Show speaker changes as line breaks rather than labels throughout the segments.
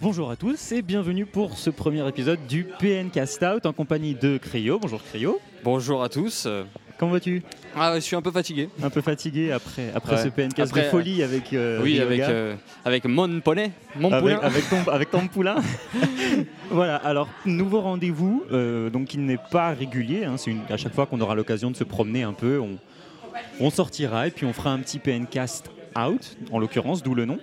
Bonjour à tous et bienvenue pour ce premier épisode du PNK Stout en compagnie de Cryo. Bonjour Cryo.
Bonjour à tous.
Comment vas-tu
Ah, je suis un peu fatigué.
Un peu fatigué après, après
Ouais.
ce PNK
Après,
de
euh,
folie avec euh,
oui,
Ryoga.
avec, euh, avec mon poney, mon
avec,
poulain.
avec ton, avec ton poulain. voilà, alors nouveau rendez-vous, euh, donc il n'est pas régulier. hein, c'est une- à chaque fois qu'on aura l'occasion de se promener un peu, on, on sortira et puis on fera un petit PNcast out, en l'occurrence, d'où le nom.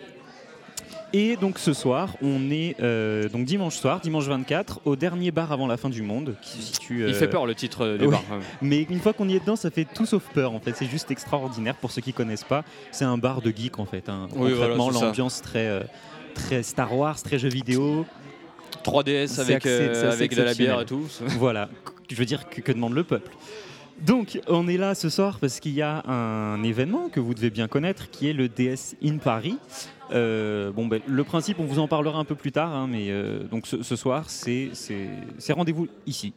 Et donc ce soir, on est euh, donc dimanche soir, dimanche 24, au dernier bar avant la fin du monde, qui se situe. euh,
Il fait peur le titre euh, du
oui.
bar.
Mais une fois qu'on y est dedans, ça fait tout sauf peur en fait. C'est juste extraordinaire pour ceux qui connaissent pas. C'est un bar de geek en fait. hein.
Oui, voilà,
Concrètement,
c'est ça.
l'ambiance très euh, très Star Wars, très jeux vidéo.
3DS
C'est
avec,
axé-
euh,
c'est assez
avec de la bière
exceptionnel.
et tout.
voilà. Je veux dire que, que demande le peuple. Donc, on est là ce soir parce qu'il y a un événement que vous devez bien connaître, qui est le DS in Paris. Euh, bon, ben, le principe, on vous en parlera un peu plus tard, hein, mais euh, donc ce, ce soir, c'est c'est- c'est rendez-vous ici,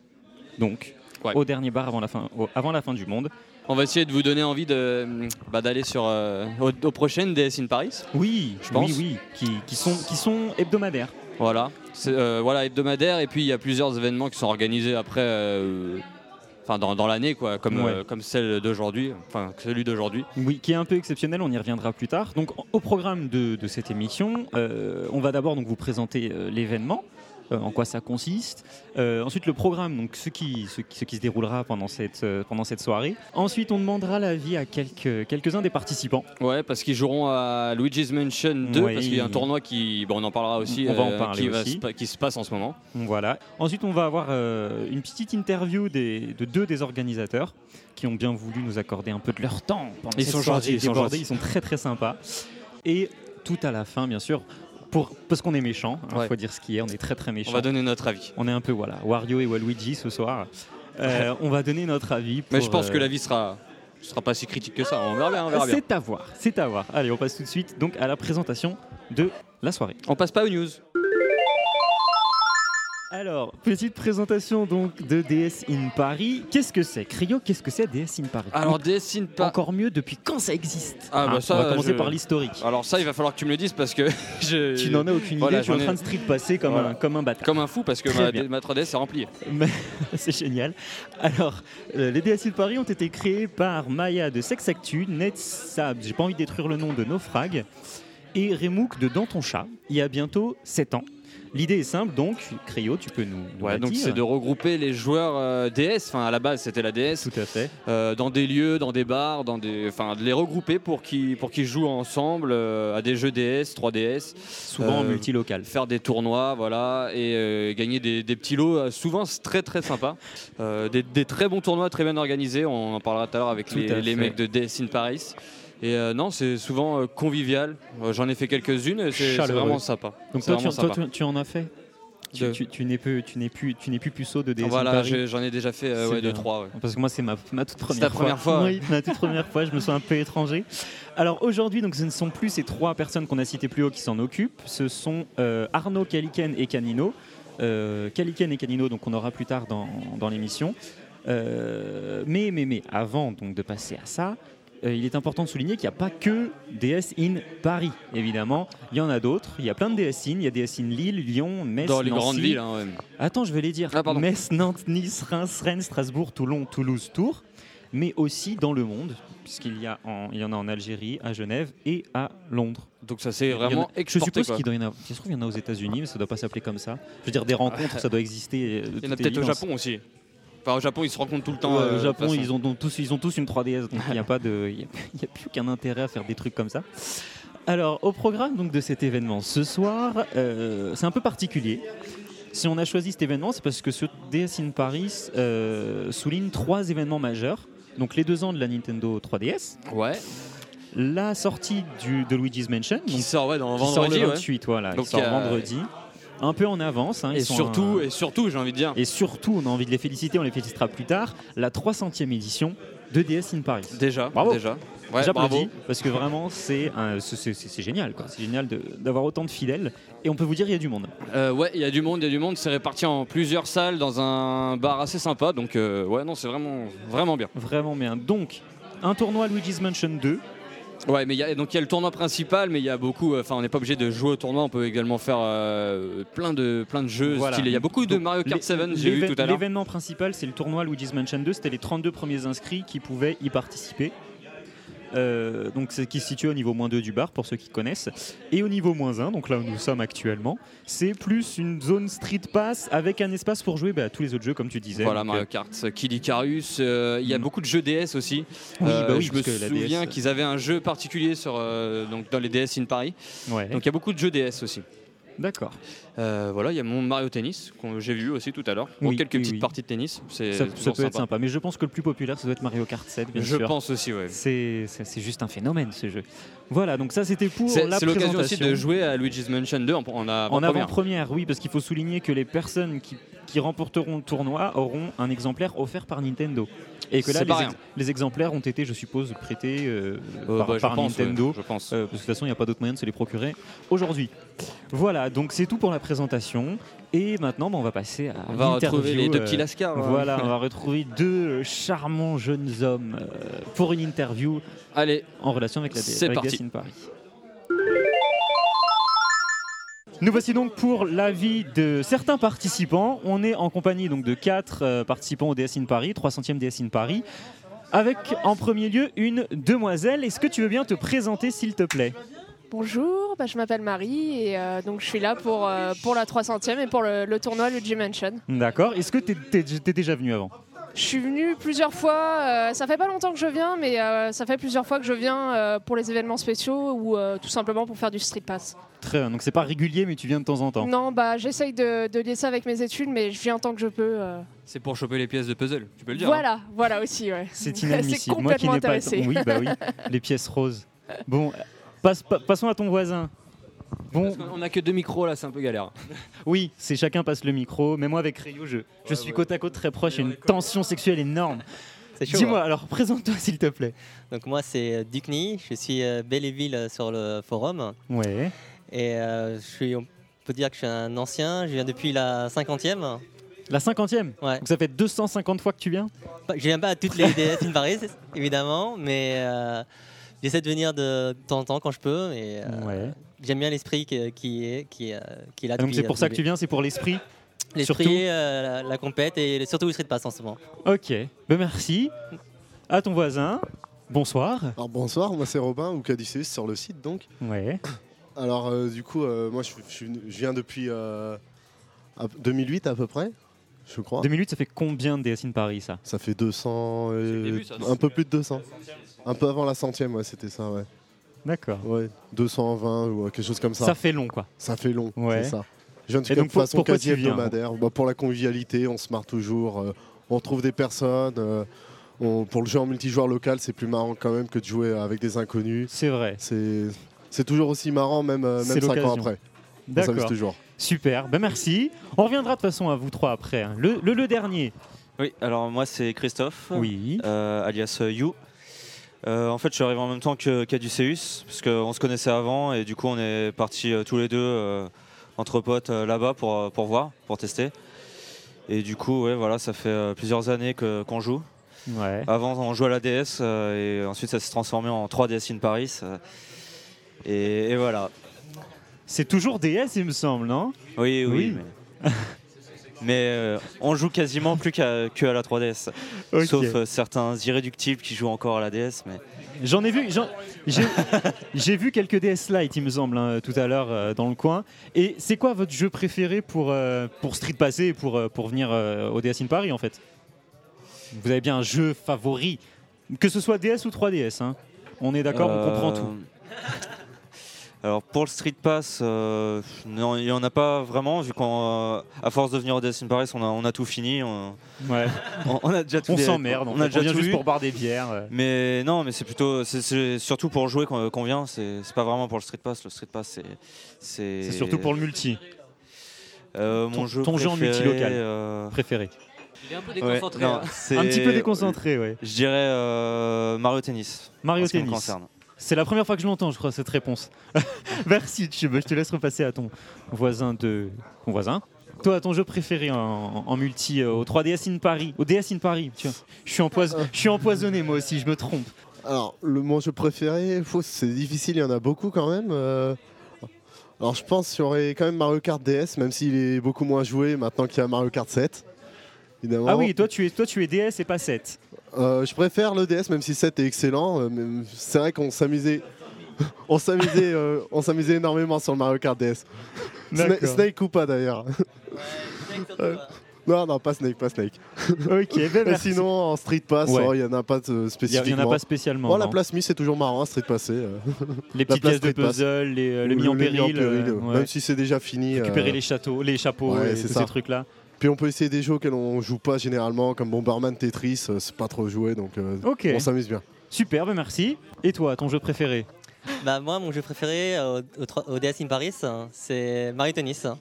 donc
Ouais.
au dernier bar avant la fin, au- avant la fin du monde.
On va essayer de vous donner envie de, bah, d'aller sur, euh, aux, aux prochaines DS in Paris.
Oui,
Je pense.
Oui, oui, qui, qui sont, qui sont hebdomadaires.
Voilà. C'est, euh, voilà, hebdomadaire. Et puis, il y a plusieurs événements qui sont organisés après. euh, Enfin, dans, dans l'année, quoi, comme,
Ouais.
euh, comme celle d'aujourd'hui, enfin celui d'aujourd'hui.
Oui, qui est un peu exceptionnel, on y reviendra plus tard. Donc, en- au programme de, de cette émission, euh, on va d'abord donc vous présenter euh, l'événement, euh, en quoi ça consiste. Euh, ensuite, le programme, donc ce qui, ce, qui- ce qui se déroulera pendant cette, euh, pendant cette soirée. Ensuite, on demandera l'avis à quelques, quelques-uns des participants.
Ouais, parce qu'ils joueront à Luigi's Mansion 2,
Ouais.
parce qu'il y a un tournoi qui, bon, on en parlera aussi, euh,
On va en parler
qui, va
aussi.
se pa- qui se passe en ce moment.
Voilà. Ensuite, on va avoir euh, une petite interview des- de deux des organisateurs qui ont bien voulu nous accorder un peu de leur temps. pendant
Ils
cette
sont
soirée
gentils, ils sont
débordée.
gentils.
Ils sont très très sympas. Et tout à la fin, bien sûr, pour, parce qu'on est méchants, il
Ouais.
faut dire ce qui est, on est très très méchants.
On va donner notre avis.
On est un peu, voilà, Wario et Waluigi ce soir. Euh, on va donner notre avis.
Mais
pour,
je pense
euh,
que l'avis sera sera pas si critique que ça. On verra bien, on verra bien.
C'est à voir, c'est à voir. Allez, on passe tout de suite donc à la présentation de la soirée.
On passe pas aux news.
Alors, petite présentation donc de DS in Paris. Qu'est-ce que c'est Cryo, qu'est-ce que c'est DS in Paris
Alors dessine pas.
encore mieux depuis quand ça existe.
Ah, bah
Hein,
ça,
on va commencer
je-
par l'historique.
Alors ça, il va falloir que tu me le dises parce que je-
Tu n'en as aucune
Voilà,
idée, tu es
j'en
en
ai-
train de street passer comme,
Voilà.
un, comme un bâtard.
comme un fou parce que
Très
ma,
bien.
ma 3DS est remplie.
Mais- C'est génial. Alors, euh, les DSI de Paris ont été créés par Maya de Sexactu, NetSab, j'ai pas envie de détruire le nom de Naufrag, et Remouk de Dans ton chat, il y a bientôt 7 ans. L'idée est simple, donc, Cryo, tu peux nous, nous la
donc
dire.
c'est de regrouper les joueurs euh, DS. Enfin à la base c'était la DS
Tout à fait.
euh, dans des lieux, dans des bars, dans des, enfin de les regrouper pour qu'ils pour qu'ils jouent ensemble euh, à des jeux DS, 3DS.
Souvent en
Euh,
multilocal.
faire des tournois, voilà, et euh, gagner des, des petits lots. euh, Souvent, c'est très très sympa. Euh, des, des très bons tournois, très bien organisés. On en parlera tout à l'heure avec
Tout à
les,
fait.
les mecs de DS in Paris. Et euh, non, c'est souvent euh, convivial. Euh, J'en ai fait quelques-unes. et C'est c'est
Chaleureux.
vraiment sympa.
Donc
c'est
toi, tu,
vraiment
toi,
sympa.
tu- tu en as fait Tu-
De-
tu, tu n'es plus, tu n'es plus, tu n'es plus puceau de DS in
Voilà,
Paris
j'ai- j'en ai déjà fait euh,
C'est
ouais, deux
bien.
trois. ouais.
Parce que moi, c'est ma, ma toute première
C'est ta
fois.
première fois,
Oui, ma toute première fois. Je me sens un peu étranger. Alors aujourd'hui, donc, ce ne sont plus ces trois personnes qu'on a citées plus haut qui s'en occupent. Ce sont euh, Arnaud, Caliken et Canino. Euh, Caliken et Canino, donc, on aura plus tard dans, dans l'émission. Euh, mais, mais, mais, avant donc, de passer à ça. euh, il est important de souligner qu'il n'y a pas que DS in Paris, évidemment. Il y en a d'autres. Il y a plein de DS in. Il y a DS in Lille, Lyon, Metz,
Dans les
Nancy.
grandes villes. hein, ouais.
Attends, je vais les dire.
Ah, pardon.
Metz, Nantes, Nice, Reims, Rennes, Strasbourg, Toulon, Toulouse, Tours, mais aussi dans le monde, puisqu'il y, a en- il y en a en Algérie, à Genève et à Londres.
Donc ça c'est
Il y en a-
vraiment
Je
exporté.
suppose
quoi.
qu'il doit y en avoir. ça se trouve, il y en a aux États-Unis, mais ça doit pas s'appeler comme ça. Je veux dire, des rencontres, ça doit exister.
Ah.
euh,
Il y en a peut-être au Japon aussi. Enfin, au Japon, ils se rencontrent tout le temps. euh,
au
de
Japon,
toute façon.
ils ont, donc tous, ils ont tous une 3DS, donc il n'y a, pas de- il y a, il y a plus aucun intérêt à faire des trucs comme ça. Alors, au programme donc, de cet événement ce soir, euh, c'est un peu particulier. Si on a choisi cet événement, c'est parce que ce DS in Paris euh, souligne trois événements majeurs. Donc les deux ans de la Nintendo 3DS,
Ouais.
la sortie du, de Luigi's Mansion, donc,
Qui sort ouais, dans
qui sort
vendredi.
le
ouais.
28, voilà, qui
Donc,
sort
il y a-
vendredi, un peu en avance. hein,
Et
ils sont
surtout,
un-
et surtout, j'ai envie de dire.
et surtout, on a envie de les féliciter, on les félicitera plus tard, la 300e édition de DS in Paris.
Déjà,
Bravo.
déjà. Ouais,
J'applaudis
bravo.
parce que vraiment c'est un- c'est- c'est c'est génial quoi. C'est génial de- d'avoir autant de fidèles et on peut vous dire il y a du monde.
Euh, ouais, il y a du monde, il y a du monde. C'est réparti en plusieurs salles dans un bar assez sympa. Donc euh, ouais, non, c'est vraiment, vraiment bien.
Vraiment bien. Donc un tournoi Luigi's Mansion 2
Ouais, mais il y a, donc il y a le tournoi principal, mais il y a beaucoup. euh, Enfin, on n'est pas obligé de jouer au tournoi. On peut également faire euh, plein de plein de jeux.
Voilà.
style- Il y a beaucoup de
Donc,
Mario Kart
l'é-
7. J'ai vu
l'éve-
tout à l'heure.
L'événement principal, c'est le tournoi Luigi's Mansion 2. C'était les 32 premiers inscrits qui pouvaient y participer. Euh, donc c'est qui se situe au niveau moins 2 du bar pour ceux qui connaissent et au niveau moins 1 donc là où nous sommes actuellement c'est plus une zone street pass avec un espace pour jouer bah, à tous les autres jeux comme tu disais
Voilà
Donc,
Mario Kart, Kid Icarus, euh, il y a
Mm.
beaucoup de jeux DS aussi. Euh,
Oui, bah oui,
je me
parce que la DS,
souviens
euh,
qu'ils avaient un jeu particulier sur, euh, donc dans les DS in Paris.
euh, ouais.
Donc il y a beaucoup de jeux DS aussi.
d'accord
Euh, voilà, il y a mon Mario Tennis que j'ai vu aussi tout à l'heure. Bon,
Oui,
quelques
oui,
petites
oui.
parties de tennis, c'est
ça, ça peut
toujours
être sympa mais je pense que le plus populaire ça doit être Mario Kart 7 bien
Je
sûr.
pense aussi, ouais.
c'est c'est- c'est juste un phénomène ce jeu voilà donc ça c'était pour
C'est
la
c'est l'occasion aussi
présentation.
de jouer à Luigi's Mansion 2 en, en a-
En
en première.
avant-première, oui, parce qu'il faut souligner que les personnes qui, qui remporteront le tournoi auront un exemplaire offert par Nintendo. Et que là,
C'est
les,
pas rien.
les exemplaires ont été, je suppose, prêtés euh,
Euh,
par,
bah, je
par
pense, ouais,
Nintendo.
je pense.
euh, parce que de toute façon, il n'y a pas d'autre moyen de se les procurer aujourd'hui. Voilà, donc c'est tout pour la présentation. Et maintenant, bah, on va passer à
on va retrouver
l'interview,
les deux
euh,
petits lascars. hein.
Voilà, on va retrouver deux euh, charmants jeunes hommes euh, pour une interview
Allez,
en relation avec la
C'est
avec
parti.
Death in Paris. Nous voici donc pour l'avis de certains participants. On est en compagnie donc de quatre euh, participants au DS in Paris, 300e DS in Paris, avec en premier lieu une demoiselle. Est-ce que tu veux bien te présenter s'il te plaît
Bonjour, bah, je m'appelle Marie et euh, donc je suis là pour, euh, pour la 300e et pour le, le tournoi Luigi Mansion.
D'accord. Est-ce que tu étais déjà venu avant
Je suis venue plusieurs fois, euh, ça fait pas longtemps que je viens, mais euh, ça fait plusieurs fois que je viens euh, pour les événements spéciaux ou euh, tout simplement pour faire du street pass.
Très bien. Donc c'est pas régulier, mais tu viens de temps en temps.
Non, bah j'essaye de, de lier ça avec mes études, mais je viens tant que je peux. euh.
c'est pour choper les pièces de puzzle, tu peux le dire. hein.
Voilà, voilà aussi, ouais.
C'est inadmissible.
complètement
Moi qui n'ai pas.
intéressé.
Oui, bah oui. Les pièces roses. Bon, passe- pa- passons à ton voisin. Bon,
Parce qu'on- on a que deux micros là, c'est un peu galère.
Oui, c'est chacun passe le micro. Mais moi, avec Rayo, je, je suis
ouais.
côte à côte très proche. Il y a
on
une
est collés.
tension sexuelle énorme.
C'est chaud,
hein.
Dis-moi, alors présente-toi, s'il te plaît.
hein. Donc moi c'est euh, Ducny, je suis euh, belle et ville euh, sur le forum
Ouais.
et euh, je suis, on peut dire que je suis un ancien, je viens depuis la 50e.
La cinquantième.
Ouais.
Donc ça fait 250 fois que tu viens.
Pas- Je viens pas à toutes les DS in Paris évidemment, mais euh, j'essaie de venir de temps en temps quand je peux et euh,
ouais.
j'aime bien l'esprit qui, qui est qui, euh, qui est là.
Ah, donc
depuis,
c'est
euh,
pour ça que
depuis
tu viens, c'est pour l'esprit.
le début.
surtout-
l'esprit, euh, la, la compète et surtout le street pass en ce moment.
Ok. Ben merci. À ton voisin. Bonsoir.
Alors bonsoir, moi c'est Robin ou Cadissé sur le site donc.
Ouais.
Alors euh, du coup, euh, moi je, je suis venu- je viens depuis euh, à- 2008 à peu près, je crois.
2008, ça fait combien de DS in Paris ça
Ça fait 200, euh,
C'est le début, ça,
un peu plus de 200. Un peu avant la centième, ouais, c'était ça, ouais.
D'accord.
ouais. 220 ou euh, quelque chose comme
Ça.
ça. Ça,
fait long quoi.
fait long,
Ouais.
c'est ça. Je viens de
Et donc,
toute
pour-
façon
pourquoi
quasi
tu hein viens
hebdomadaire. Bah, pour la convivialité, on se marre toujours, euh, on retrouve des personnes. euh, on- pour le jeu en multijoueur local, c'est plus marrant quand même que de jouer avec des inconnus.
C'est vrai.
C'est c'est toujours aussi marrant, même, euh,
C'est
même 5 ans
l'occasion.
après. On s'amuse
D'accord.
toujours.
Super. Ben merci. On reviendra de toute façon à vous trois après. hein. Le, le, le dernier.
Oui, alors moi c'est Christophe,
Oui.
euh, alias euh, You. Euh, en fait, je suis arrivé en même temps que Caduceus, parce qu'on se connaissait avant et du coup on est partis euh, tous les deux euh, entre potes euh, là-bas pour, euh, pour voir, pour tester. Et du coup, ouais, voilà, ça fait euh, plusieurs années que- qu'on joue.
Ouais.
Avant, on jouait à la DS euh, et ensuite ça s'est transformé en 3DS in Paris. euh, et, et voilà.
C'est toujours DS, il me semble, non
Oui, oui.
Oui.
Mais, mais, euh, on joue quasiment plus qu'à que à la 3DS.
Ok.
Sauf euh, certains irréductibles qui jouent encore à la DS, mais
J'en ai vu, j'en- j'ai j'ai vu quelques DS Lite, il me semble, hein, tout à l'heure euh, dans le coin. Et c'est quoi votre jeu préféré pour, euh, pour Street Passé et pour, euh, pour venir euh, au DS in Paris en fait Vous avez bien un jeu favori, que ce soit DS ou 3DS. hein. On est d'accord, on comprend
Euh,
tout.
Alors pour le Street Pass, euh, non, il n'y en a pas vraiment, vu qu'à force de venir au Destin Paris, on a, on a tout fini. On,
Ouais.
on- on a déjà tout
On
dé-
s'emmerde, en
on
fait.
a déjà
vient
tout
juste
eu.
pour boire des bières. euh.
Mais non, mais c'est plutôt, c'est- c'est surtout pour jouer qu'on qu'on vient. C'est c'est pas vraiment pour le Street Pass. Le Street Pass, c'est, c'est,
C'est surtout pour le multi
euh, mon
ton-
jeu
ton jeu en
préféré,
multilocal.
euh,
préféré.
Il est un peu
ouais,
déconcentré.
non,
hein.
c'est-
Un petit peu déconcentré, ouais.
Je dirais euh, Mario Tennis.
Mario
en ce qui me
Tennis.
concerne.
C'est la première fois que je l'entends, je crois, cette réponse. Merci, Tchub. Je te laisse repasser à ton voisin de. Ton voisin Toi, ton jeu préféré en, en multi euh, au 3DS in Paris Au DS in Paris, tu vois. Je suis, empois- je suis empoisonné, moi aussi, je me trompe.
Alors, le, mon jeu préféré, faux, c'est difficile, il y en a beaucoup quand même. euh. alors, je pense qu'il y aurait quand même Mario Kart DS, même s'il est beaucoup moins joué maintenant qu'il y a Mario Kart 7. Évidemment.
Ah oui, toi tu es, toi, tu es DS et pas 7.
Euh, je préfère le DS, même si 7 est excellent. euh, mais C'est vrai qu'on s'amusait. On s'amusait, euh, on s'amusait énormément sur le Mario Kart DS. Sna-
D'accord.
Snake ou pas d'ailleurs Euh. Non, non, pas Snake, pas Snake.
ok, ben
Mais
merci.
sinon, en Street Pass,
Ouais.
oh, il y n'y en a pas
il y a- il y
euh,
en
spécifiquement.
a pas spécialement.
Oh, la
non.
place Mi, c'est toujours marrant, Street Passé. euh.
les petites
place
pièces de
Street Pass.
puzzle, les, euh,
Ou
les mis en péril, euh,
euh,
ouais.
Même si c'est déjà fini. euh,
récupérer les châteaux, les chapeaux
ouais,
et
c'est
tous
ça.
ces trucs-là.
Puis on peut essayer des jeux auxquels on joue pas généralement, comme Bomberman, Tetris, euh, c'est pas trop joué, donc euh,
Ok,
on s'amuse bien.
super, ben merci. Et toi, ton jeu préféré
Bah moi mon jeu préféré euh, au, au tro- au DS in Paris hein, c'est Mario Tennis. hein.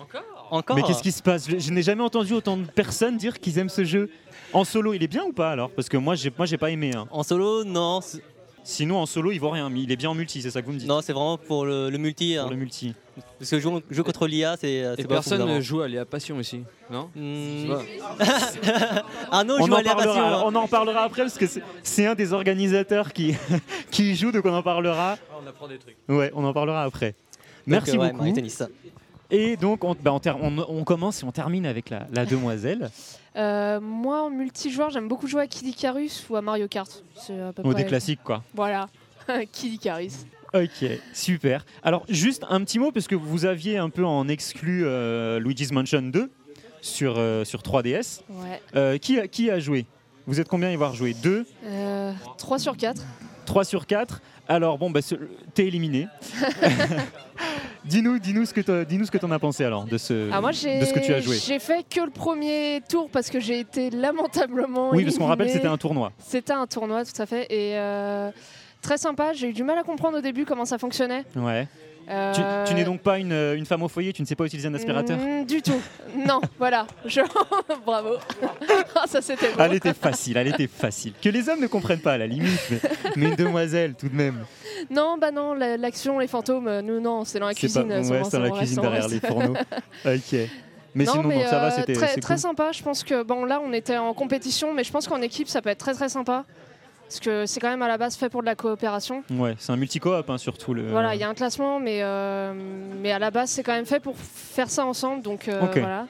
Encore
Encore
Mais qu'est-ce qui se passe Je, je n'ai jamais entendu autant de personnes dire qu'ils aiment ce jeu. En solo, il est bien ou pas alors Parce que moi, j'ai, moi, j'ai pas aimé. hein.
En solo non, c-
Sinon, en solo, il vaut rien. mais Il est bien en multi, c'est ça que vous me dites
non c'est vraiment pour le, le multi. hein.
Pour le multi.
Parce que jouer, jouer contre l'IA c'est euh, c'est
Et
pas
personne
fou,
ne joue à Léa Passion ici, non
vraiment.
C'est
Hmm.
pas-
Arnaud
On
joue à
en,
la passion.
parlera,
hein.
on en parlera après parce que c'est, c'est un des organisateurs qui, qui y joue, donc on en parlera.
Ah, On apprend des trucs.
Ouais, on en parlera après.
Donc,
Merci
euh, ouais,
beaucoup.
Mario Tennis.
Et donc, on, bah, on, ter- on- on commence et on termine avec la, la demoiselle.
Euh, Moi, en multijoueur, j'aime beaucoup jouer à Kid Icarus ou à Mario Kart. C'est à peu
Bon,
près.
des classiques, quoi.
Voilà. Kid Icarus.
Ok, super. Alors, juste un petit mot, parce que vous aviez un peu en exclu euh, Luigi's Mansion 2 sur, euh, sur 3DS.
Ouais.
Euh, qui, a, qui a joué Vous êtes combien à y avoir joué 2,
Euh, 3 sur 4.
3 sur 4. Alors, bon, bah, ce- t'es éliminé. dis-nous dis ce que t'as- dis-nous ce que t'en as pensé alors de ce,
Ah, moi,
Euh, de
j'ai
ce que tu as joué.
j'ai fait que le premier tour parce que j'ai été lamentablement.
Oui, parce qu'on rappelle,
éliminée.
c'était un tournoi.
C'était un tournoi, tout à fait. Et euh, très sympa. J'ai eu du mal à comprendre au début comment ça fonctionnait.
Ouais. Tu,
Euh,
tu n'es donc pas une, une femme au foyer, tu ne sais pas utiliser un aspirateur
Mm, Du tout. Non, voilà. Je... Bravo. Ah, ça, c'était bon.
Elle était facile, elle était facile. Que les hommes ne comprennent pas à la limite, mais, mais une demoiselle tout de même.
Non, bah non, la- l'action, les fantômes, euh, nous, non, c'est dans la
C'est
cuisine.
pas-
euh,
ouais,
souvent,
c'est dans la
on reste-
cuisine
on
derrière les
reste-
fourneaux. ok. Mais
Non,
sinon,
mais,
donc ça va,
euh,
c'était
très,
c'est
très
cool.
sympa. Je pense que, bon, là, on était en compétition, mais je pense qu'en équipe, ça peut être très, très sympa. Parce que c'est quand même à la base fait pour de la coopération.
Ouais, c'est un multicoop hein, surtout. Le...
Voilà, il y a un classement, mais, euh, mais à la base, c'est quand même fait pour faire ça ensemble. Donc euh,
Ok.
voilà.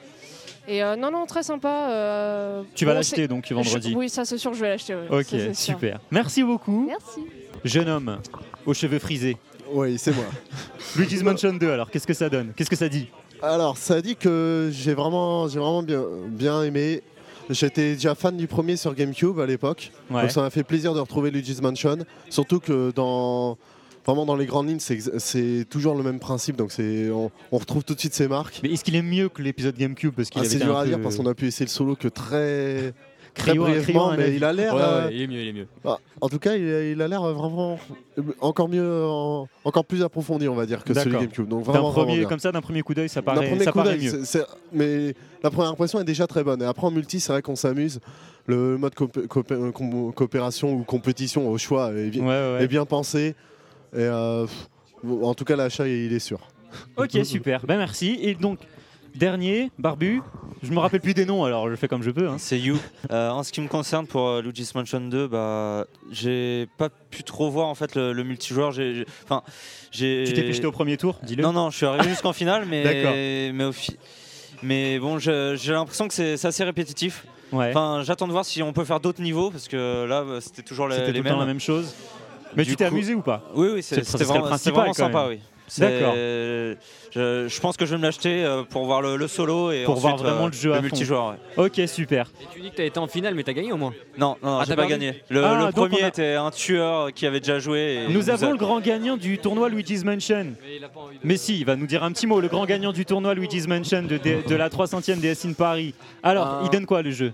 Et euh, non, non, très sympa. euh,
Tu vas
bon,
l'acheter donc
c'est-
vendredi.
je- Oui, ça c'est sûr, je vais l'acheter. ouais. Ça,
Ok,
c'est sûr.
super. Merci beaucoup,
Merci.
jeune homme aux cheveux frisés.
Oui, c'est moi.
Luigi's Mansion 2, alors qu'est-ce que ça donne Qu'est-ce que ça dit
Alors, ça dit que j'ai vraiment, j'ai vraiment bien, bien aimé. J'étais déjà fan du premier sur GameCube à l'époque,
Ouais.
donc ça m'a fait plaisir de retrouver Luigi's Mansion. Surtout que dans, vraiment dans les grandes lignes, c'est ex- c'est toujours le même principe, donc c'est, on, on retrouve tout de suite ces marques.
Mais est-ce qu'il est mieux que l'épisode GameCube parce qu'il
Ah,
avait
c'est
été
dur
un
à
peu-
dire parce qu'on a pu essayer le solo que très, très
Cryo- cryo
brièvement,
à la
mais
vie.
il a
Ouais,
l'air. euh,
ouais, il est mieux, il est mieux.
bah, en tout cas, il a, il a l'air vraiment encore mieux, en- encore plus approfondi, on va dire, que celui
D'accord.
GameCube. Donc
D'un
vraiment, vraiment
premier,
bien.
comme ça, d'un premier coup d'œil, ça
D'un
paraît,
premier
ça
coup
paraît
d'œil,
mieux.
c'est- c'est- mais la première impression est déjà très bonne. Et après en multi, c'est vrai qu'on s'amuse. Le mode coopé- coopé- com- coopération ou compétition au choix est, bi-
Ouais, ouais.
est bien pensé. Et euh, pff, en tout cas, l'achat il est sûr.
Ok, super. Ben merci. Et donc, dernier, Barbu. Je me rappelle plus des noms, alors je fais comme je peux. hein.
C'est You. Euh, en ce qui me concerne pour euh, Luigi's Mansion 2, bah, j'ai pas pu trop voir en fait le, le multijoueur. J'ai, j'ai- enfin, j'ai.
Tu t'es fait jeter au premier tour, dis-le.
Non, non, je suis arrivé jusqu'en finale,
D'accord.
mais mais au fi- mais bon, je- j'ai l'impression que c'est c'est assez répétitif.
Ouais.
Enfin, j'attends de voir si on peut faire d'autres niveaux parce que là, bah, c'était toujours les,
C'était tout
les
le
mêmes.
temps la même chose. Mais
Du
tu t'es
coup-
amusé ou pas
Oui, oui,
C'est-
c'est-
ça
c'était
serait le
vraiment, c'était
principal,
vraiment
quand
sympa, oui. C'est-
D'accord.
Je, je pense que je vais me l'acheter euh, pour voir le, le solo et
Pour voir
ensuite, euh,
vraiment le jeu à fond.
multijoueur. ouais.
Ok, super.
Et tu dis que t'as été en finale, mais t'as gagné au moins.
Non, non, non,
Ah,
j'ai
t'as
pas,
pas
gagné. Le,
Ah,
le
donc
premier
on a-
était un tueur qui avait déjà joué. et
Nous
a-
avons le grand gagnant du tournoi Luigi's Mansion.
Mais il a pas envie de.
Mais si, il va nous dire un petit mot. Le grand gagnant du tournoi Luigi's Mansion de, D- de la 300e DS in Paris. Alors,
Ah.
il donne quoi le jeu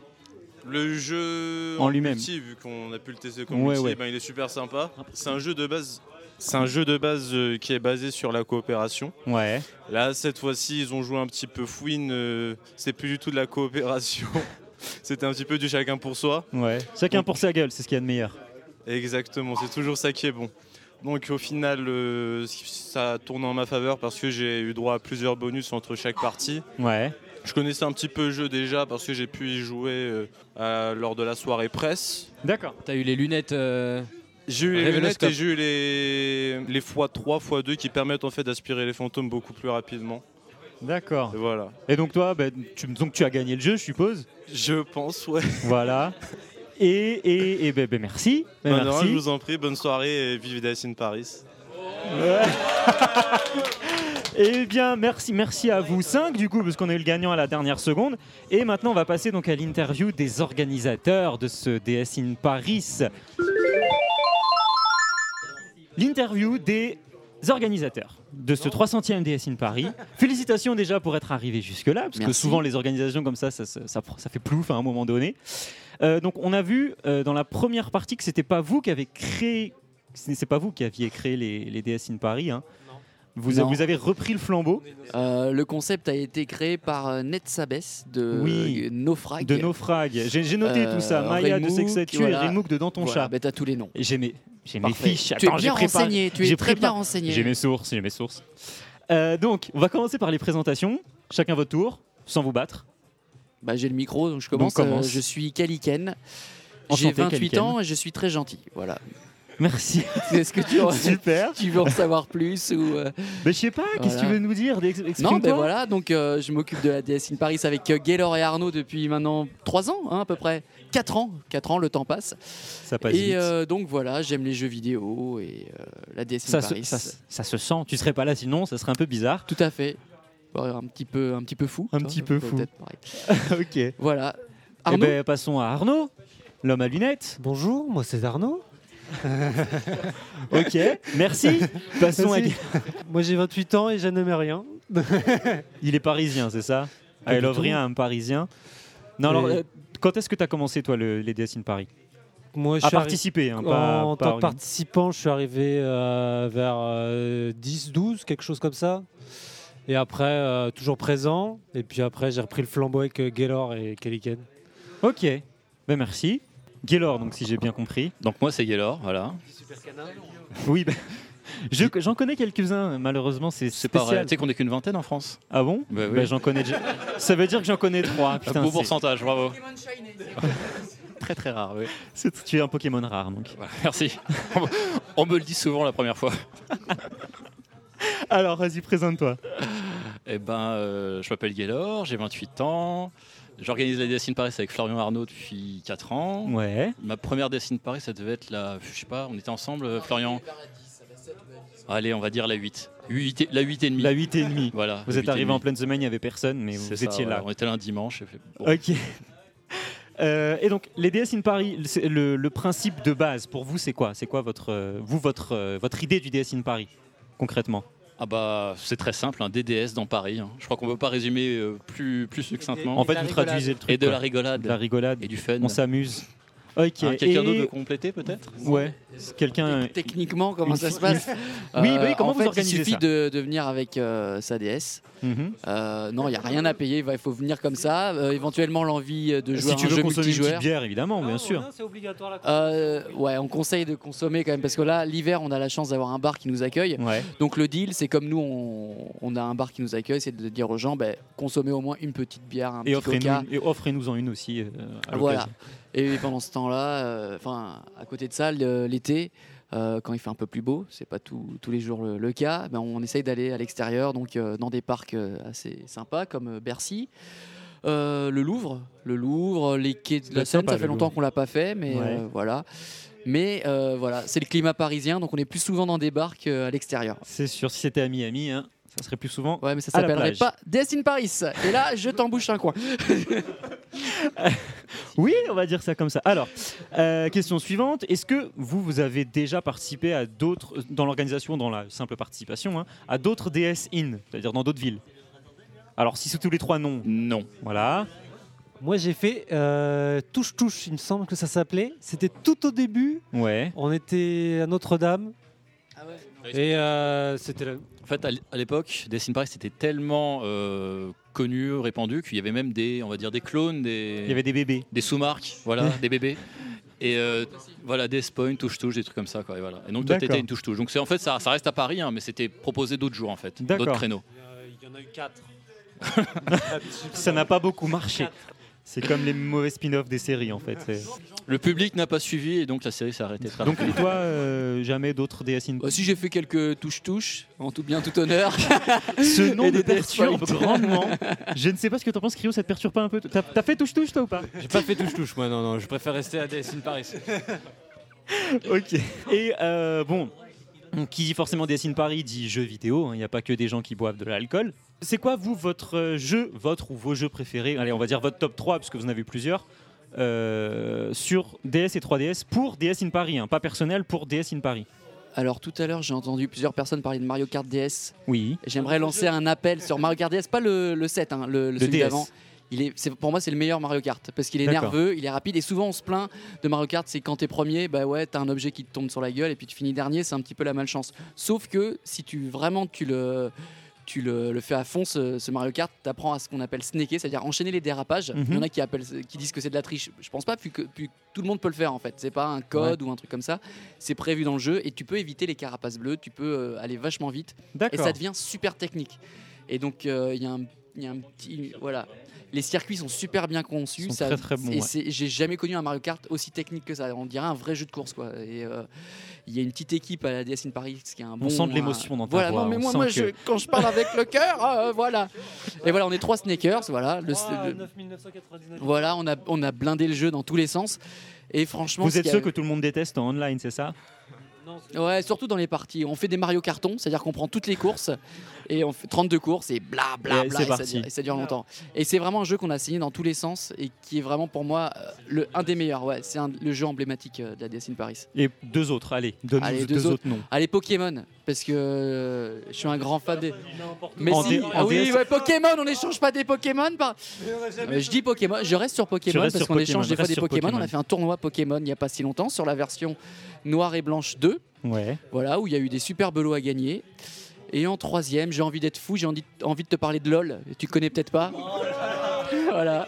Le jeu
En
en,
lui-même.
multi, vu qu'on a pu le tester comme
Ouais,
multi,
ouais.
eh ben, il est super sympa. C'est un jeu de base. C'est un jeu de base euh, qui est basé sur la coopération.
Ouais.
Là, cette fois-ci, ils ont joué un petit peu fouine. euh, c'est plus du tout de la coopération. C'était un petit peu du chacun pour soi.
Ouais. Chacun pour sa gueule, c'est ce qu'il y a de meilleur.
Exactement, c'est toujours ça qui est bon. Donc au final, euh, ça tourne en ma faveur parce que j'ai eu droit à plusieurs bonus entre chaque partie.
Ouais.
Je connaissais un petit peu le jeu déjà parce que j'ai pu y jouer euh, à- lors de la soirée presse.
D'accord.
T'as eu les lunettes. euh,
J'ai eu les
Révélez
lunettes
ce
et
que-
j'ai eu les, les x3, x2 qui permettent en fait d'aspirer les fantômes beaucoup plus rapidement.
D'accord.
Et voilà.
Et donc toi, bah, tu, donc tu as gagné le jeu, je suppose.
Je pense, ouais.
Voilà. Et, et, et ben, ben, merci. Ben,
Bah, de rien,
merci.
je vous en prie, bonne soirée et vive Death in Paris.
Eh bien, merci, merci à vous cinq, du coup, parce qu'on a eu le gagnant à la dernière seconde. Et maintenant, on va passer donc à l'interview des organisateurs de ce DS in Paris. L'interview des organisateurs de ce 300e DS in Paris. Félicitations déjà pour être arrivé jusque-là, parce que
Merci.
souvent les organisations comme ça, ça, se- ça, pr- ça fait plouf à un moment donné. Euh, donc on a vu euh, dans la première partie que c'était pas vous qui avez créé, ce n'est pas vous qui aviez créé les, les DS in Paris. hein. Vous,
Non.
vous avez repris le flambeau
Euh, le concept a été créé par euh, Ned Sabes de
Oui,
Naufrag.
de Naufrag. J'ai j'ai noté
Euh,
tout ça. Maya de
Remouk,
Sexatu
voilà.
et Rimouk de Dans ton
Voilà,
chat.
ben, t'as tous les noms.
Et J'ai mes, j'ai mes
Parfait.
fiches.
tu es
Attends, j'ai
bien
préparé-
renseigné, tu es
j'ai
très bien
préparé-
renseigné.
J'ai mes sources, j'ai mes sources. Euh, donc, on va commencer par les présentations. Chacun votre tour, sans vous battre.
Bah, j'ai le micro, donc je commence.
Donc, commence.
Euh, je suis Kaliken. J'ai
Enchanté,
28
Kaliken.
ans et je suis très gentil. Voilà.
Merci.
Est-ce que tu,
Super.
tu veux en savoir plus ou euh,
Mais je sais pas, qu'est-ce que tu
Voilà.
veux nous dire Ex-
Non,
Explique-toi.
ben voilà, donc euh, je m'occupe de la DS in Paris avec euh, Gaylor et Arnaud depuis maintenant 3 ans, hein, à peu près 4 ans, 4 ans, le temps passe.
Ça passe
Et
vite.
euh, donc voilà, j'aime les jeux vidéo et euh, la DS in
ça, se,
Paris.
ça se- ça se sent. Tu serais pas là sinon, ça serait un peu bizarre.
Tout à fait. Ouais, un petit peu, un petit peu fou.
Un
toi,
petit peu
peut-être
fou.
pareil.
ok. Eh
Voilà. Arnaud,
ben, passons à Arnaud, l'homme à lunettes.
Bonjour, moi c'est Arnaud.
Ok. Merci. Passons à.
Merci. Moi j'ai 28 ans et je n'aime rien.
Il est parisien, c'est ça
Pas
I
du
love
tout.
rien, un parisien. Non, alors,
Et-
euh, quand est-ce que tu as commencé, toi, le- les DS in Paris
Moi, je
À
suis arri-
participer, hein, pas,
en
pas
tant que
organ-
participant, je suis arrivé euh, vers euh, 10, 12, quelque chose comme ça. Et après, euh, toujours présent. Et puis après, j'ai repris le flambeau avec euh, Gaylor et Keliken.
Ok, ben merci. Gaylor, donc, si j'ai bien compris.
Donc moi c'est Gaylor, voilà.
Oui, ben, je- j'en connais quelques-uns, malheureusement, c'est
C'est pas vrai.
spécial.
Tu sais qu'on est qu'une vingtaine en France.
Ah bon
Bah oui.
Ben, J'en connais déjà. Ça veut dire que j'en connais trois.
Un
Ah, Putain,
beau
c'est-
pourcentage, bravo. Très très rare, oui.
c'est- tu es un Pokémon rare, donc.
Voilà, merci. On me le dit souvent la première fois.
Alors, vas-y, présente-toi.
Eh ben, euh, je m'appelle Gaylor, j'ai 28 ans. J'organise la Dessine Paris avec Florian Arnaud depuis 4 ans.
Ouais.
Ma première Dessine Paris, ça devait être la. Je sais pas, on était ensemble, euh, Florian Allez, on va dire la 8. Huit et- la 8 et demi.
La 8 et demi.
Voilà.
Vous êtes arrivé en pleine semaine, il n'y avait personne, mais vous
C'est ça,
étiez
voilà,
là.
On était là un dimanche. et fait, bon.
Ok. Euh, et donc les DS in Paris, le- c'est le, le principe de base pour vous c'est quoi C'est quoi votre euh, vous votre euh, votre idée du DS in Paris concrètement
Ah bah, c'est très simple, un DDS dans Paris. hein. Je crois qu'on peut pas résumer euh, plus, plus succinctement.
En
de
fait
la
vous
rigolade.
traduisez le truc
Et de
quoi.
la rigolade.
De la rigolade,
Et du fun.
on s'amuse. Ok.
Hein, Quelqu'un
Et-
d'autre veut compléter peut-être
Ouais. Quelqu'un.
Tec- techniquement, comment
une-
ça se passe Euh,
Oui, bah oui, comment
en
vous
fait,
organisez
Il suffit
ça
de, de venir avec euh, sa DS.
Mhm.
Euh, non, il n'y a rien à payer, il va- il faut venir comme ça. Euh, éventuellement, l'envie de jouer
Euh, Si tu
à un
veux consommer une
jeu
petite
multijoueur.
bière évidemment bien sûr.
C'est obligatoire la
Euh, ouais, on conseille de consommer quand même parce que là, l'hiver, on a la chance d'avoir un bar qui nous accueille.
Ouais.
Donc le deal, c'est comme nous, on, on a un bar qui nous accueille, c'est de dire aux gens, ben, consommez au moins une petite bière, un
Et
petit coca.
offrez-nous et offrez-nous en une aussi. euh, à
Voilà.
l'occasion.
Et pendant ce temps-là, euh, enfin, à côté de ça, le- l'été, euh, quand il fait un peu plus beau, c'est pas tout- tous les jours le, le cas, ben, on essaye d'aller à l'extérieur, donc euh, dans des parcs euh, assez sympas comme euh, Bercy. Euh, le Louvre, le Louvre, les quais de la
doit être
Seine,
sympa,
ça fait
le
longtemps
Louvre.
qu'on l'a pas fait, mais
Ouais.
euh, voilà. Mais euh, voilà, c'est le climat parisien, donc on est plus souvent dans des bars qu'à l'extérieur.
C'est sûr si c'était à Miami hein, ça serait plus souvent.
Ouais, mais ça
À la
s'appellerait
plage.
pas Death in Paris. Et là, je t'embouche un coin.
Oui, on va dire ça comme ça. Alors, euh, question suivante. Est-ce que vous, vous avez déjà participé à d'autres, dans l'organisation, dans la simple participation, hein, à d'autres DS in, c'est-à-dire dans d'autres villes Alors, si c'est tous les trois, non.
Non.
Voilà.
Moi j'ai fait euh, Touche Touche, il me semble que ça s'appelait. C'était tout au début.
Ouais.
On était à Notre-Dame. Et euh, c'était la-
En fait, à l- à l'époque, Destiny Paris c'était tellement euh, connu, répandu qu'il y avait même des, on va dire, des clones, des,
Il y avait des bébés.
des sous-marques, voilà, des bébés. Et euh, voilà, des spoins, touche-touche, des trucs comme ça. Quoi, et, voilà. et donc, toi,
D'accord.
t'étais une touche-touche. Donc, c'est- en fait, ça, ça reste à Paris, hein, mais c'était proposé d'autres jours, en fait,
D'accord.
d'autres créneaux.
Il y en a eu quatre.
Ça n'a pas beaucoup marché. C'est comme les mauvais spin-offs des séries en fait. c'est-
Le public n'a pas suivi et donc la série s'est arrêtée. très
Donc et
rapidement.
toi, euh, jamais d'autres DS in
Bah, si j'ai fait quelques touches-touches, en tout bien, tout honneur.
Ce nom
Et
me
des
perturbe
Death Fight.
grandement. Je ne sais pas ce que t'en penses, Cryo, ça te perturbe pas un peu T'as t'as fait touche-touche toi ou pas
J'ai pas fait touche-touche, moi, non, non, je préfère rester à DS in Paris.
Ok. Et euh, bon, qui dit forcément DS in Paris dit jeux vidéo. hein. Il n'y a pas que des gens qui boivent de l'alcool. C'est quoi, vous, votre euh, jeu, votre ou vos jeux préférés Allez, on va dire votre top 3, parce que vous en avez plusieurs. euh, sur DS et 3DS pour DS in Paris, hein, pas personnel pour DS in Paris.
Alors tout à l'heure, j'ai entendu plusieurs personnes parler de Mario Kart DS.
Oui.
J'aimerais lancer un appel sur Mario Kart DS, pas le, le 7, hein, le, le
Le
celui
DS.
d'avant. Il est, c'est- pour moi, c'est le meilleur Mario Kart parce qu'il est
D'accord.
nerveux, il est rapide et souvent on se plaint de Mario Kart. C'est quand t'es premier, bah ouais, t'as un objet qui te tombe sur la gueule et puis tu finis dernier, c'est un petit peu la malchance. Sauf que si tu vraiment tu le tu le, le fais à fond ce, ce Mario Kart, t'apprends à ce qu'on appelle snaker, c'est-à-dire enchaîner les dérapages.
Mhm.
Il y en a qui appellent, qui disent que c'est de la triche. Je pense pas, puis que puis tout le monde peut le faire en fait. C'est pas un code ou un truc comme ça. C'est prévu dans le jeu et tu peux éviter les carapaces bleues. Tu peux euh, aller vachement vite et
D'accord.
ça devient super technique. Et donc euh, il y a un, il y a un petit voilà. Les circuits sont super bien conçus.
Sont
ça-
très, très bons,
et
ouais.
c'est- j'ai jamais connu un Mario Kart aussi technique que ça. On dirait un vrai jeu de course quoi. Et euh, il y a une petite équipe à la DS in Paris, ce qui est un
On
bon.
sent de
un-
l'émotion dans ta
voilà,
voix,
Non, mais
on
moi,
sent
moi,
que-
je- quand je parle avec le cœur, euh, voilà. Et voilà, on est trois sneakers, voilà. Le, le- voilà, on a on a blindé le jeu dans tous les sens. Et franchement,
Vous
ce
êtes
qu'il y
ceux
a-
que tout le monde déteste en online, c'est ça
Ouais, surtout dans les parties. On fait des Mario cartons, c'est-à-dire qu'on prend toutes les courses et on fait 32 courses et bla bla
Et
bla.
c'est
et ça
parti.
dure- Et, ça dure longtemps. Et c'est vraiment un jeu qu'on a saigné dans tous les sens et qui est vraiment pour moi euh, le, un des meilleurs. Ouais, c'est un- le jeu emblématique euh, de la DS in Paris.
Et deux autres, allez, donne
Allez,
deux,
deux
autres Eh noms.
Allez, Pokémon, parce que euh, je suis un grand fan des. Mais
En
si,
D- en
ah oui,
DS.
ouais, Pokémon, on n'échange pas des Pokémon. par- Euh, je dis Pokémon, je reste sur Pokémon
restes
parce
sur
qu'on
Pokémon,
échange des fois
reste
des
sur
Pokémon.
Pokémon.
On a fait un tournoi Pokémon il n'y a pas si longtemps sur la version noire et blanche 2.
Ouais.
Voilà, où il y a eu des superbes lots à gagner. Et en troisième, j'ai envie d'être fou, j'ai envie, envie de te parler de LOL. Tu connais peut-être pas. voilà.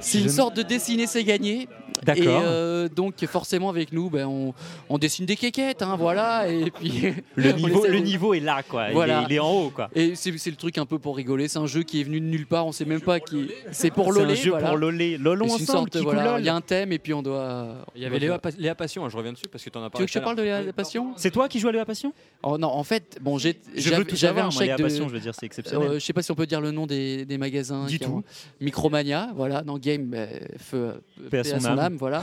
C'est une
Je-
sorte de dessiner, c'est gagner. Et
D'accord.
euh, donc forcément avec nous, ben, on, on dessine des quéquettes, hein, voilà. Et puis
Le
on
niveau,
essaie
le
de-
niveau est là, quoi. Il est-
Voilà.
Il, est, en haut, quoi.
Et c'est c'est le truc un peu pour rigoler. C'est un jeu qui est venu de nulle part. On sait même pas qui. C'est pour
C'est
loler.
un jeu
voilà.
pour loler. Lolons
Et c'est
ensemble,
une sorte,
qui
voilà,
coulole.
Il y a un thème et puis on doit.
Il y avait Léa, Pa- Léa Passion, hein, je reviens dessus parce que t'en
Tu
as
veux
parlé.
que je te parle de la la passion
C'est toi qui joues à la passion
Oh non, en fait, bon, j'ai-
Je veux
j'avais
tout
j'avais
savoir,
un
moi,
chèque
la
de.
passion, je veux dire, c'est exceptionnel.
Euh, je sais pas si on peut dire le nom des, des magasins.
Du
qui
tout.
ont- Micromania, voilà, dans Game, euh, feu, euh,
Paix à son âme.
voilà.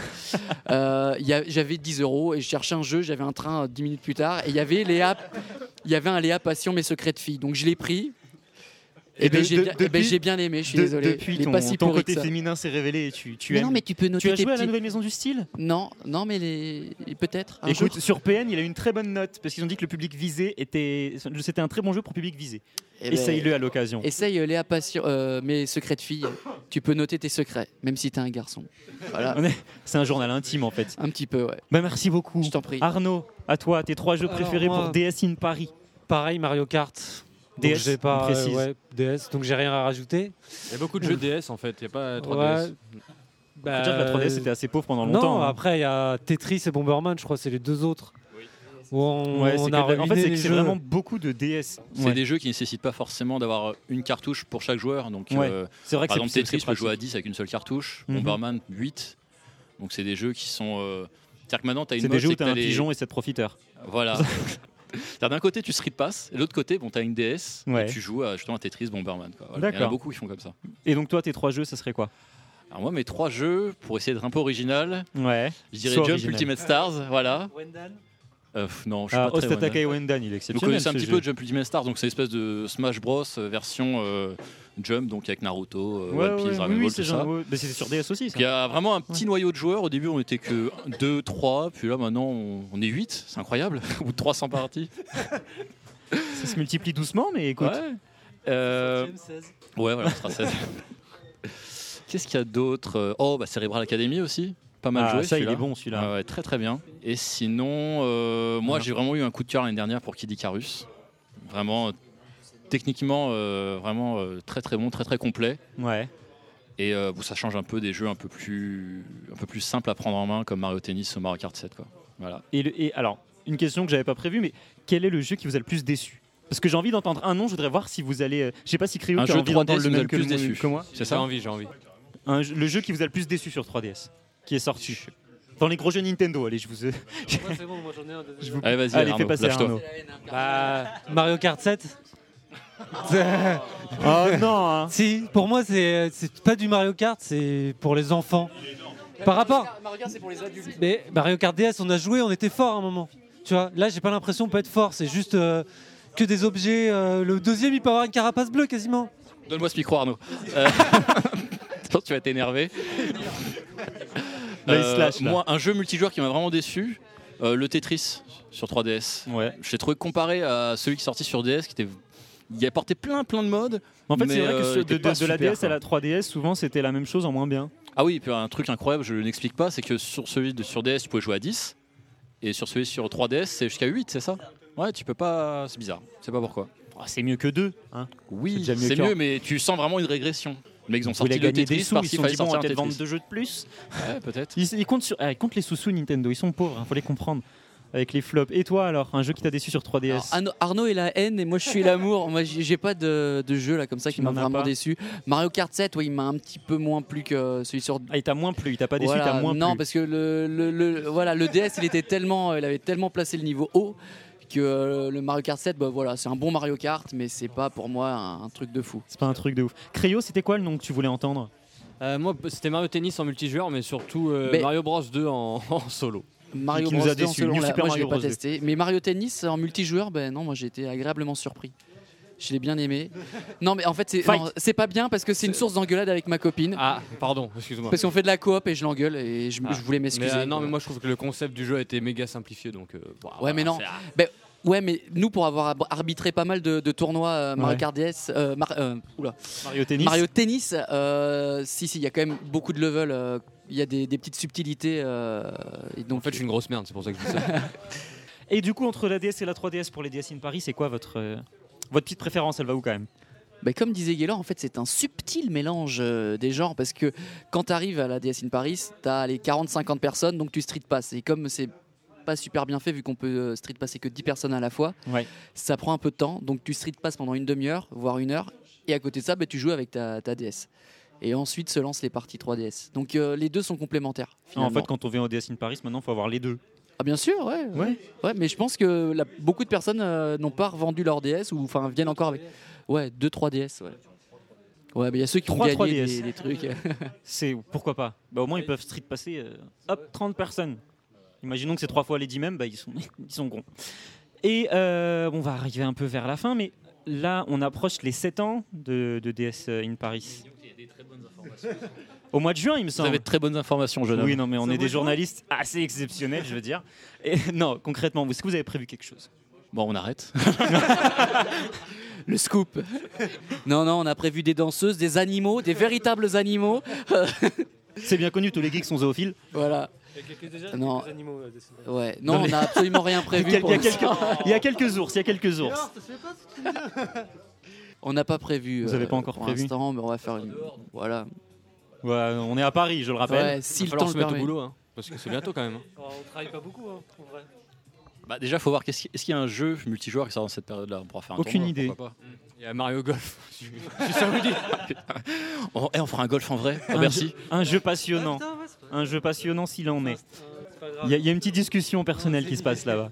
Euh, il y a- j'avais 10 euros et je cherchais un jeu, j'avais un train euh, 10 minutes plus tard et il y avait Léa, il y avait un Léa Passion Mes Secrets de Filles, donc je l'ai pris. Et,
Et
ben,
de-
j'ai
de-
bien, eh ben,
depuis-
j'ai bien aimé, je suis
De-
désolé.
Depuis,
il est
ton,
pas si
ton
pourri
côté
que ça.
féminin s'est révélé et tu, tu
Mais
aimes.
non, mais tu peux
tu
noter
as
tes
joué à la
petits-
nouvelle maison du style
Non, non, mais les... peut-être un jour.
Écoute, sur PN, il a eu une très bonne note parce qu'ils ont dit que le public visé était. C'était un très bon jeu pour public visé.
Eh ben,
Essaye-le à l'occasion.
Essaye euh, Léa Passion, euh, Mes Secrets de Filles. tu peux noter tes secrets, même si t'es un garçon. Voilà,
On est- C'est un journal intime en fait.
un petit peu, ouais.
Bah, merci beaucoup.
Je t'en prie.
Arnaud, à toi, tes trois jeux
Alors,
préférés
moi-
pour DS in Paris.
Pareil, Mario Kart.
DS,
donc j'ai pas, euh,
on précise.
ouais, DS, donc j'ai rien à rajouter.
Il y a beaucoup de jeux DS en fait, il n'y a pas 3DS.
Ouais,
Faut
bah,
dire que la 3DS était assez pauvre pendant longtemps.
Non,
hein.
après il y a Tetris et Bomberman, je crois, c'est les deux autres. Où on,
Ouais, c'est
on
que-
a
en
ruiné
fait, c'est que
les
c'est
jeux.
vraiment beaucoup de DS.
C'est
Ouais.
des jeux qui ne nécessitent pas forcément d'avoir euh, une cartouche pour chaque joueur. Donc,
Ouais.
euh,
C'est vrai que
par exemple,
c'est-
Tetris
c'est
peut jouer à
pratique.
10 avec une seule cartouche,
Mhm.
Bomberman 8. Donc, c'est des jeux qui sont. euh, C'est-à-dire que maintenant, tu as une
C'est
mode,
des jeux où
c'est que
t'as un
t'as les-
pigeon et sept profiteurs.
Voilà. C'est-à-dire, D'un côté, tu street pass, et de l'autre côté, bon, tu as une DS,
Ouais.
et tu joues à, justement à Tetris, Bomberman. quoi. Voilà. Il y en a
D'accord.
beaucoup qui font comme ça.
Et donc, toi, tes trois jeux, ça serait quoi
Alors, moi, mes trois jeux, pour essayer d'être un peu original,
Ouais.
je dirais
Sois
Jump
original.
Ultimate Stars, voilà. Euh, pff, non, je suis
Ah,
pas très
Host
Wendell.
Attack et Wendan, il est
Vous
exceptionnel.
connaissez un
ce
petit
jeu.
peu Jump Ultimate Stars, donc c'est une espèce de Smash Bros euh, version euh, Jump, donc avec Naruto, euh,
Ouais,
One Piece,
ouais,
Dragon
oui,
Ball,
c'est
tout ça.
genre- ouais, mais c'est sur hein. DS aussi. ça.
Donc il y a vraiment un petit noyau de joueurs. Au début, on était que 2, 3, puis là maintenant on, on est 8, c'est incroyable, au bout de 300 parties.
Ça se multiplie doucement, mais écoute.
Ouais. Euh, ouais, voilà, on sera 16. Qu'est-ce qu'il y a d'autre Euh, Oh, bah Cerebral Academy aussi, pas mal
Ah,
joué.
ça, il
celui-là.
est bon celui-là.
Ouais, ouais, très très bien. Et sinon, euh, moi j'ai vraiment eu un coup de cœur l'année dernière pour Kid Icarus. Vraiment, euh, techniquement, euh, vraiment euh, très très bon, très très complet.
Ouais.
Et euh, bon, ça change un peu des jeux un peu plus, un peu plus simples à prendre en main comme Mario Tennis ou Mario Kart 7. Quoi. Voilà.
Et, le- et alors, une question que j'avais pas prévue, mais quel est le jeu qui vous a le plus déçu Parce que j'ai envie d'entendre un nom, je voudrais voir si vous allez. euh, je sais pas si Cryo,
Un
tu as
jeu
envie d'entendre
3DS
le
nous a
même
le
que,
plus
moi-
déçus.
que moi.
C'est
J'ai
ça
envie, j'ai envie.
un jeu- le jeu qui vous a le plus déçu sur 3DS, qui est sorti. Dans les gros jeux Nintendo, allez, je vous.
c'est bon, moi j'en ai un.
je vous-
Allez, vas-y,
allez,
Arnaud,
fais passer
lâche-toi.
Arnaud.
Bah, Mario Kart 7
Oh non hein.
Si, pour moi, c'est c'est pas du Mario Kart, c'est pour les enfants. Par rapport.
c'est pour les adultes.
Mais Mario Kart DS, on a joué, on était fort à un moment. Tu vois, là, j'ai pas l'impression de pas être fort, c'est juste euh, que des objets. euh, le deuxième, il peut avoir une carapace bleue quasiment.
Donne-moi ce micro, Arnaud. Euh, Attends, tu vas t'énerver. Euh,
Là, il se lâche, là.
Moi, un jeu multijoueur qui m'a vraiment déçu, euh, le Tetris sur 3DS.
Ouais.
Je l'ai trouvé comparé à celui qui est sorti sur DS, qui était. Il apportait plein plein de modes.
En fait,
Mais,
c'est vrai que
euh,
ce-
il
de,
était pas
de- de la
super,
DS à la 3DS, souvent c'était la même chose en moins bien.
Ah oui, puis un truc incroyable, je n'explique pas, c'est que sur celui de sur DS, tu pouvais jouer à 10. Et sur celui sur 3DS, c'est jusqu'à 8, c'est ça Ouais, tu peux pas. C'est bizarre. Je sais pas pourquoi.
Oh, c'est mieux que deux. Hein.
Oui,
C'est déjà mieux
c'est
qu'un.
mieux, mais tu sens vraiment une régression. Mais ils ont
Ils voulaient
sorti le
gagner des
Tetris
sous,
parce
ils se
qu'il
sont
fallait
dit bon, on
sortir
va
un
peut-être vendre
Tetris.
deux jeux de plus.
Ouais, peut-être.
Ils, ils comptent sur, ah, ils comptent les sous-sous Nintendo, ils sont pauvres, hein, faut les comprendre. Avec les flops. Et toi alors, un jeu qui t'a déçu sur 3DS
Alors, Arnaud, Arnaud est la haine et moi je suis l'amour. Moi j'ai j'ai pas de, de jeu là comme ça
Tu
qui m'a
n'en as
vraiment
pas.
déçu. Mario Kart 7, oui, il m'a un petit peu moins plu que celui sur.
Ah, il t'a moins plu, il t'a pas déçu,
Voilà,
il t'a moins
non,
plu.
parce que le, le- le- voilà, le DS il était tellement, euh, il avait tellement placé le niveau haut que euh, le Mario Kart 7, bah, voilà, c'est un bon Mario Kart, mais c'est pas pour moi un, un truc de fou.
C'est pas un truc de ouf. Cryo, c'était quoi le nom que tu voulais entendre
Euh, moi, c'était Mario Tennis en multijoueur, mais surtout euh,
Mais-
Mario Bros 2 en, en solo.
Mario
qui nous
Bros
a
2 en
déçus,
solo,
New
on l'a-
Super
moi je l'ai
Mario Bros.
pas testé. Mais Mario Tennis en multijoueur, ben non, moi j'ai été agréablement surpris. Je l'ai bien aimé. Non, mais en fait, c'est
Fight.
non, c'est pas bien parce que c'est une source d'engueulade avec ma copine.
Ah, pardon, excuse-moi.
Parce qu'on fait de la coop et je l'engueule
Ah.
et je, je voulais m'excuser.
Mais, euh, non, mais moi je trouve que le concept du jeu a été méga simplifié donc. euh, bah,
Ah,
Ouais,
voilà,
mais non.
c'est-
Ouais, mais nous, pour avoir ab- arbitré pas mal de, de tournois euh, Mario
Ouais.
Kart DS, euh, Mar- euh, oula,
Mario Tennis
Mario Tennis, euh, si, si, il y a quand même beaucoup de levels, euh, il y a des, des petites subtilités. euh, et donc, euh,
En fait, je suis une grosse merde, c'est pour ça que je dis ça.
Et du coup, entre la DS et la 3DS pour les DS in Paris, c'est quoi votre, euh, votre petite préférence Elle va où quand même
Bah, comme disait Gaylor, en fait, c'est un subtil mélange euh, des genres parce que quand tu arrives à la DS in Paris, tu as les 40-50 personnes, donc tu street passes. Et comme c'est pas super bien fait, vu qu'on peut euh, street passer que 10 personnes à la fois,
Ouais.
ça prend un peu de temps. Donc tu street passes pendant une demi-heure, voire une heure. Et à côté de ça, bah, tu joues avec ta, ta DS. Et ensuite se lancent les parties 3DS. Donc euh, les deux sont complémentaires.
En
Finalement.
fait, quand on vient au DS in Paris, maintenant, faut avoir les deux.
Ah, bien sûr, ouais.
Ouais.
Ouais, mais je pense que la- beaucoup de personnes euh, n'ont pas revendu leur DS ou enfin viennent encore avec. Ouais, 2-3 DS, ouais. Ouais, mais il y a ceux qui ont
Trois, trois
gagné
DS.
des, des trucs.
C'est pourquoi pas bah, Au moins, ils peuvent street passer euh, hop, 30 personnes. Imaginons que c'est trois fois les 10 mêmes, bah, ils, sont, ils sont gros. Et euh, on va arriver un peu vers la fin, mais là, on approche les 7 ans de, de DS in Paris. Au mois de juin, il me
Vous
semble.
avez de très bonnes informations, jeune homme.
Oui, non, mais on est des journalistes assez exceptionnels, je veux dire. Et, non, concrètement, est-ce que vous avez prévu quelque chose
Bon, on arrête.
Le scoop. non, non, on a prévu des danseuses, des animaux, des véritables animaux.
C'est bien connu, tous les geeks sont zoophiles.
Voilà. Non. quelques euh,
animaux.
Ouais. Non,
Non, mais-
on n'a absolument rien
Il
prévu.
y a, il
pour
y a
l'instant.
quelques, il y a quelques ours, il y a quelques ours.
On n'a pas prévu. euh,
Vous avez pas encore
pour
prévu
l'instant, mais on va faire une. Voilà.
Ouais, on est à Paris, je le rappelle.
Ouais, si
Il
le
va falloir
temps
se
le
mettre au
permet.
boulot, hein, parce que c'est bientôt quand même. hein.
on travaille pas beaucoup, hein, en vrai.
Bah, déjà, faut voir qu'est-ce qui- est-ce qu'il y a un jeu multijoueur qui sort dans cette période-là. On pourra faire un
Aucune
tournoi,
idée.
pourquoi
Il y a Mario Golf.
pas. On, eh, on fera un golf en vrai.
Un
merci.
jeu- Un jeu passionnant. Un jeu passionnant s'il en est. Il y, a- il y a une petite discussion personnelle qui se passe là-bas.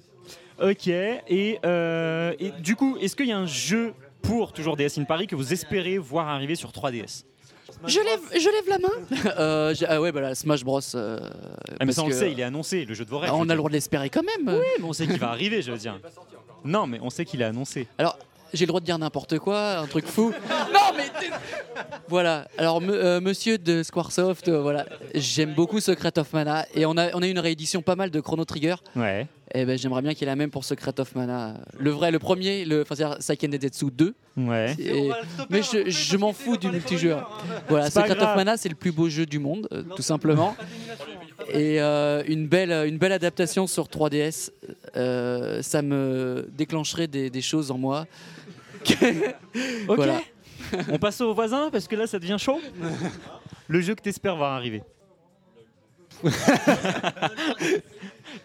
Ok, et, euh, et du coup, est-ce qu'il y a un jeu pour toujours DS in Paris que vous espérez voir arriver sur 3DS
Je lève, je lève la main. Euh, j'ai- ah ouais, bah là, Smash Bros. euh,
ah, Mais
parce
ça, on
que-
le sait, il est annoncé, le jeu de vos rêves.
Ah,
je veux
on a le
dire.
droit de l'espérer quand même.
Oui, mais on sait qu'il va arriver, je veux dire. Non, mais on sait qu'il est annoncé.
Alors, j'ai le droit de dire n'importe quoi, un truc fou. non, mais. t'es- Voilà. Alors, me- euh, monsieur de Squaresoft, euh, voilà. J'aime beaucoup Secret of Mana. Et on a, on a une réédition pas mal de Chrono Trigger.
Ouais.
Et ben, j'aimerais bien qu'il y ait la même pour Secret of Mana. Le vrai, le premier, le, enfin, c'est-à-dire Saiken Dedetsu 2.
Ouais.
Et- mais je, je m'en fous du multijoueur. Voilà,
C'est pas
Secret
grave.
of Mana, c'est le plus beau jeu du monde, euh, tout simplement. Et euh, une, belle, une belle adaptation sur 3DS, euh, ça me déclencherait des, des choses en moi.
Ok.
Voilà.
On passe au voisin parce que là ça devient chaud. Le jeu que t'espères voir arriver.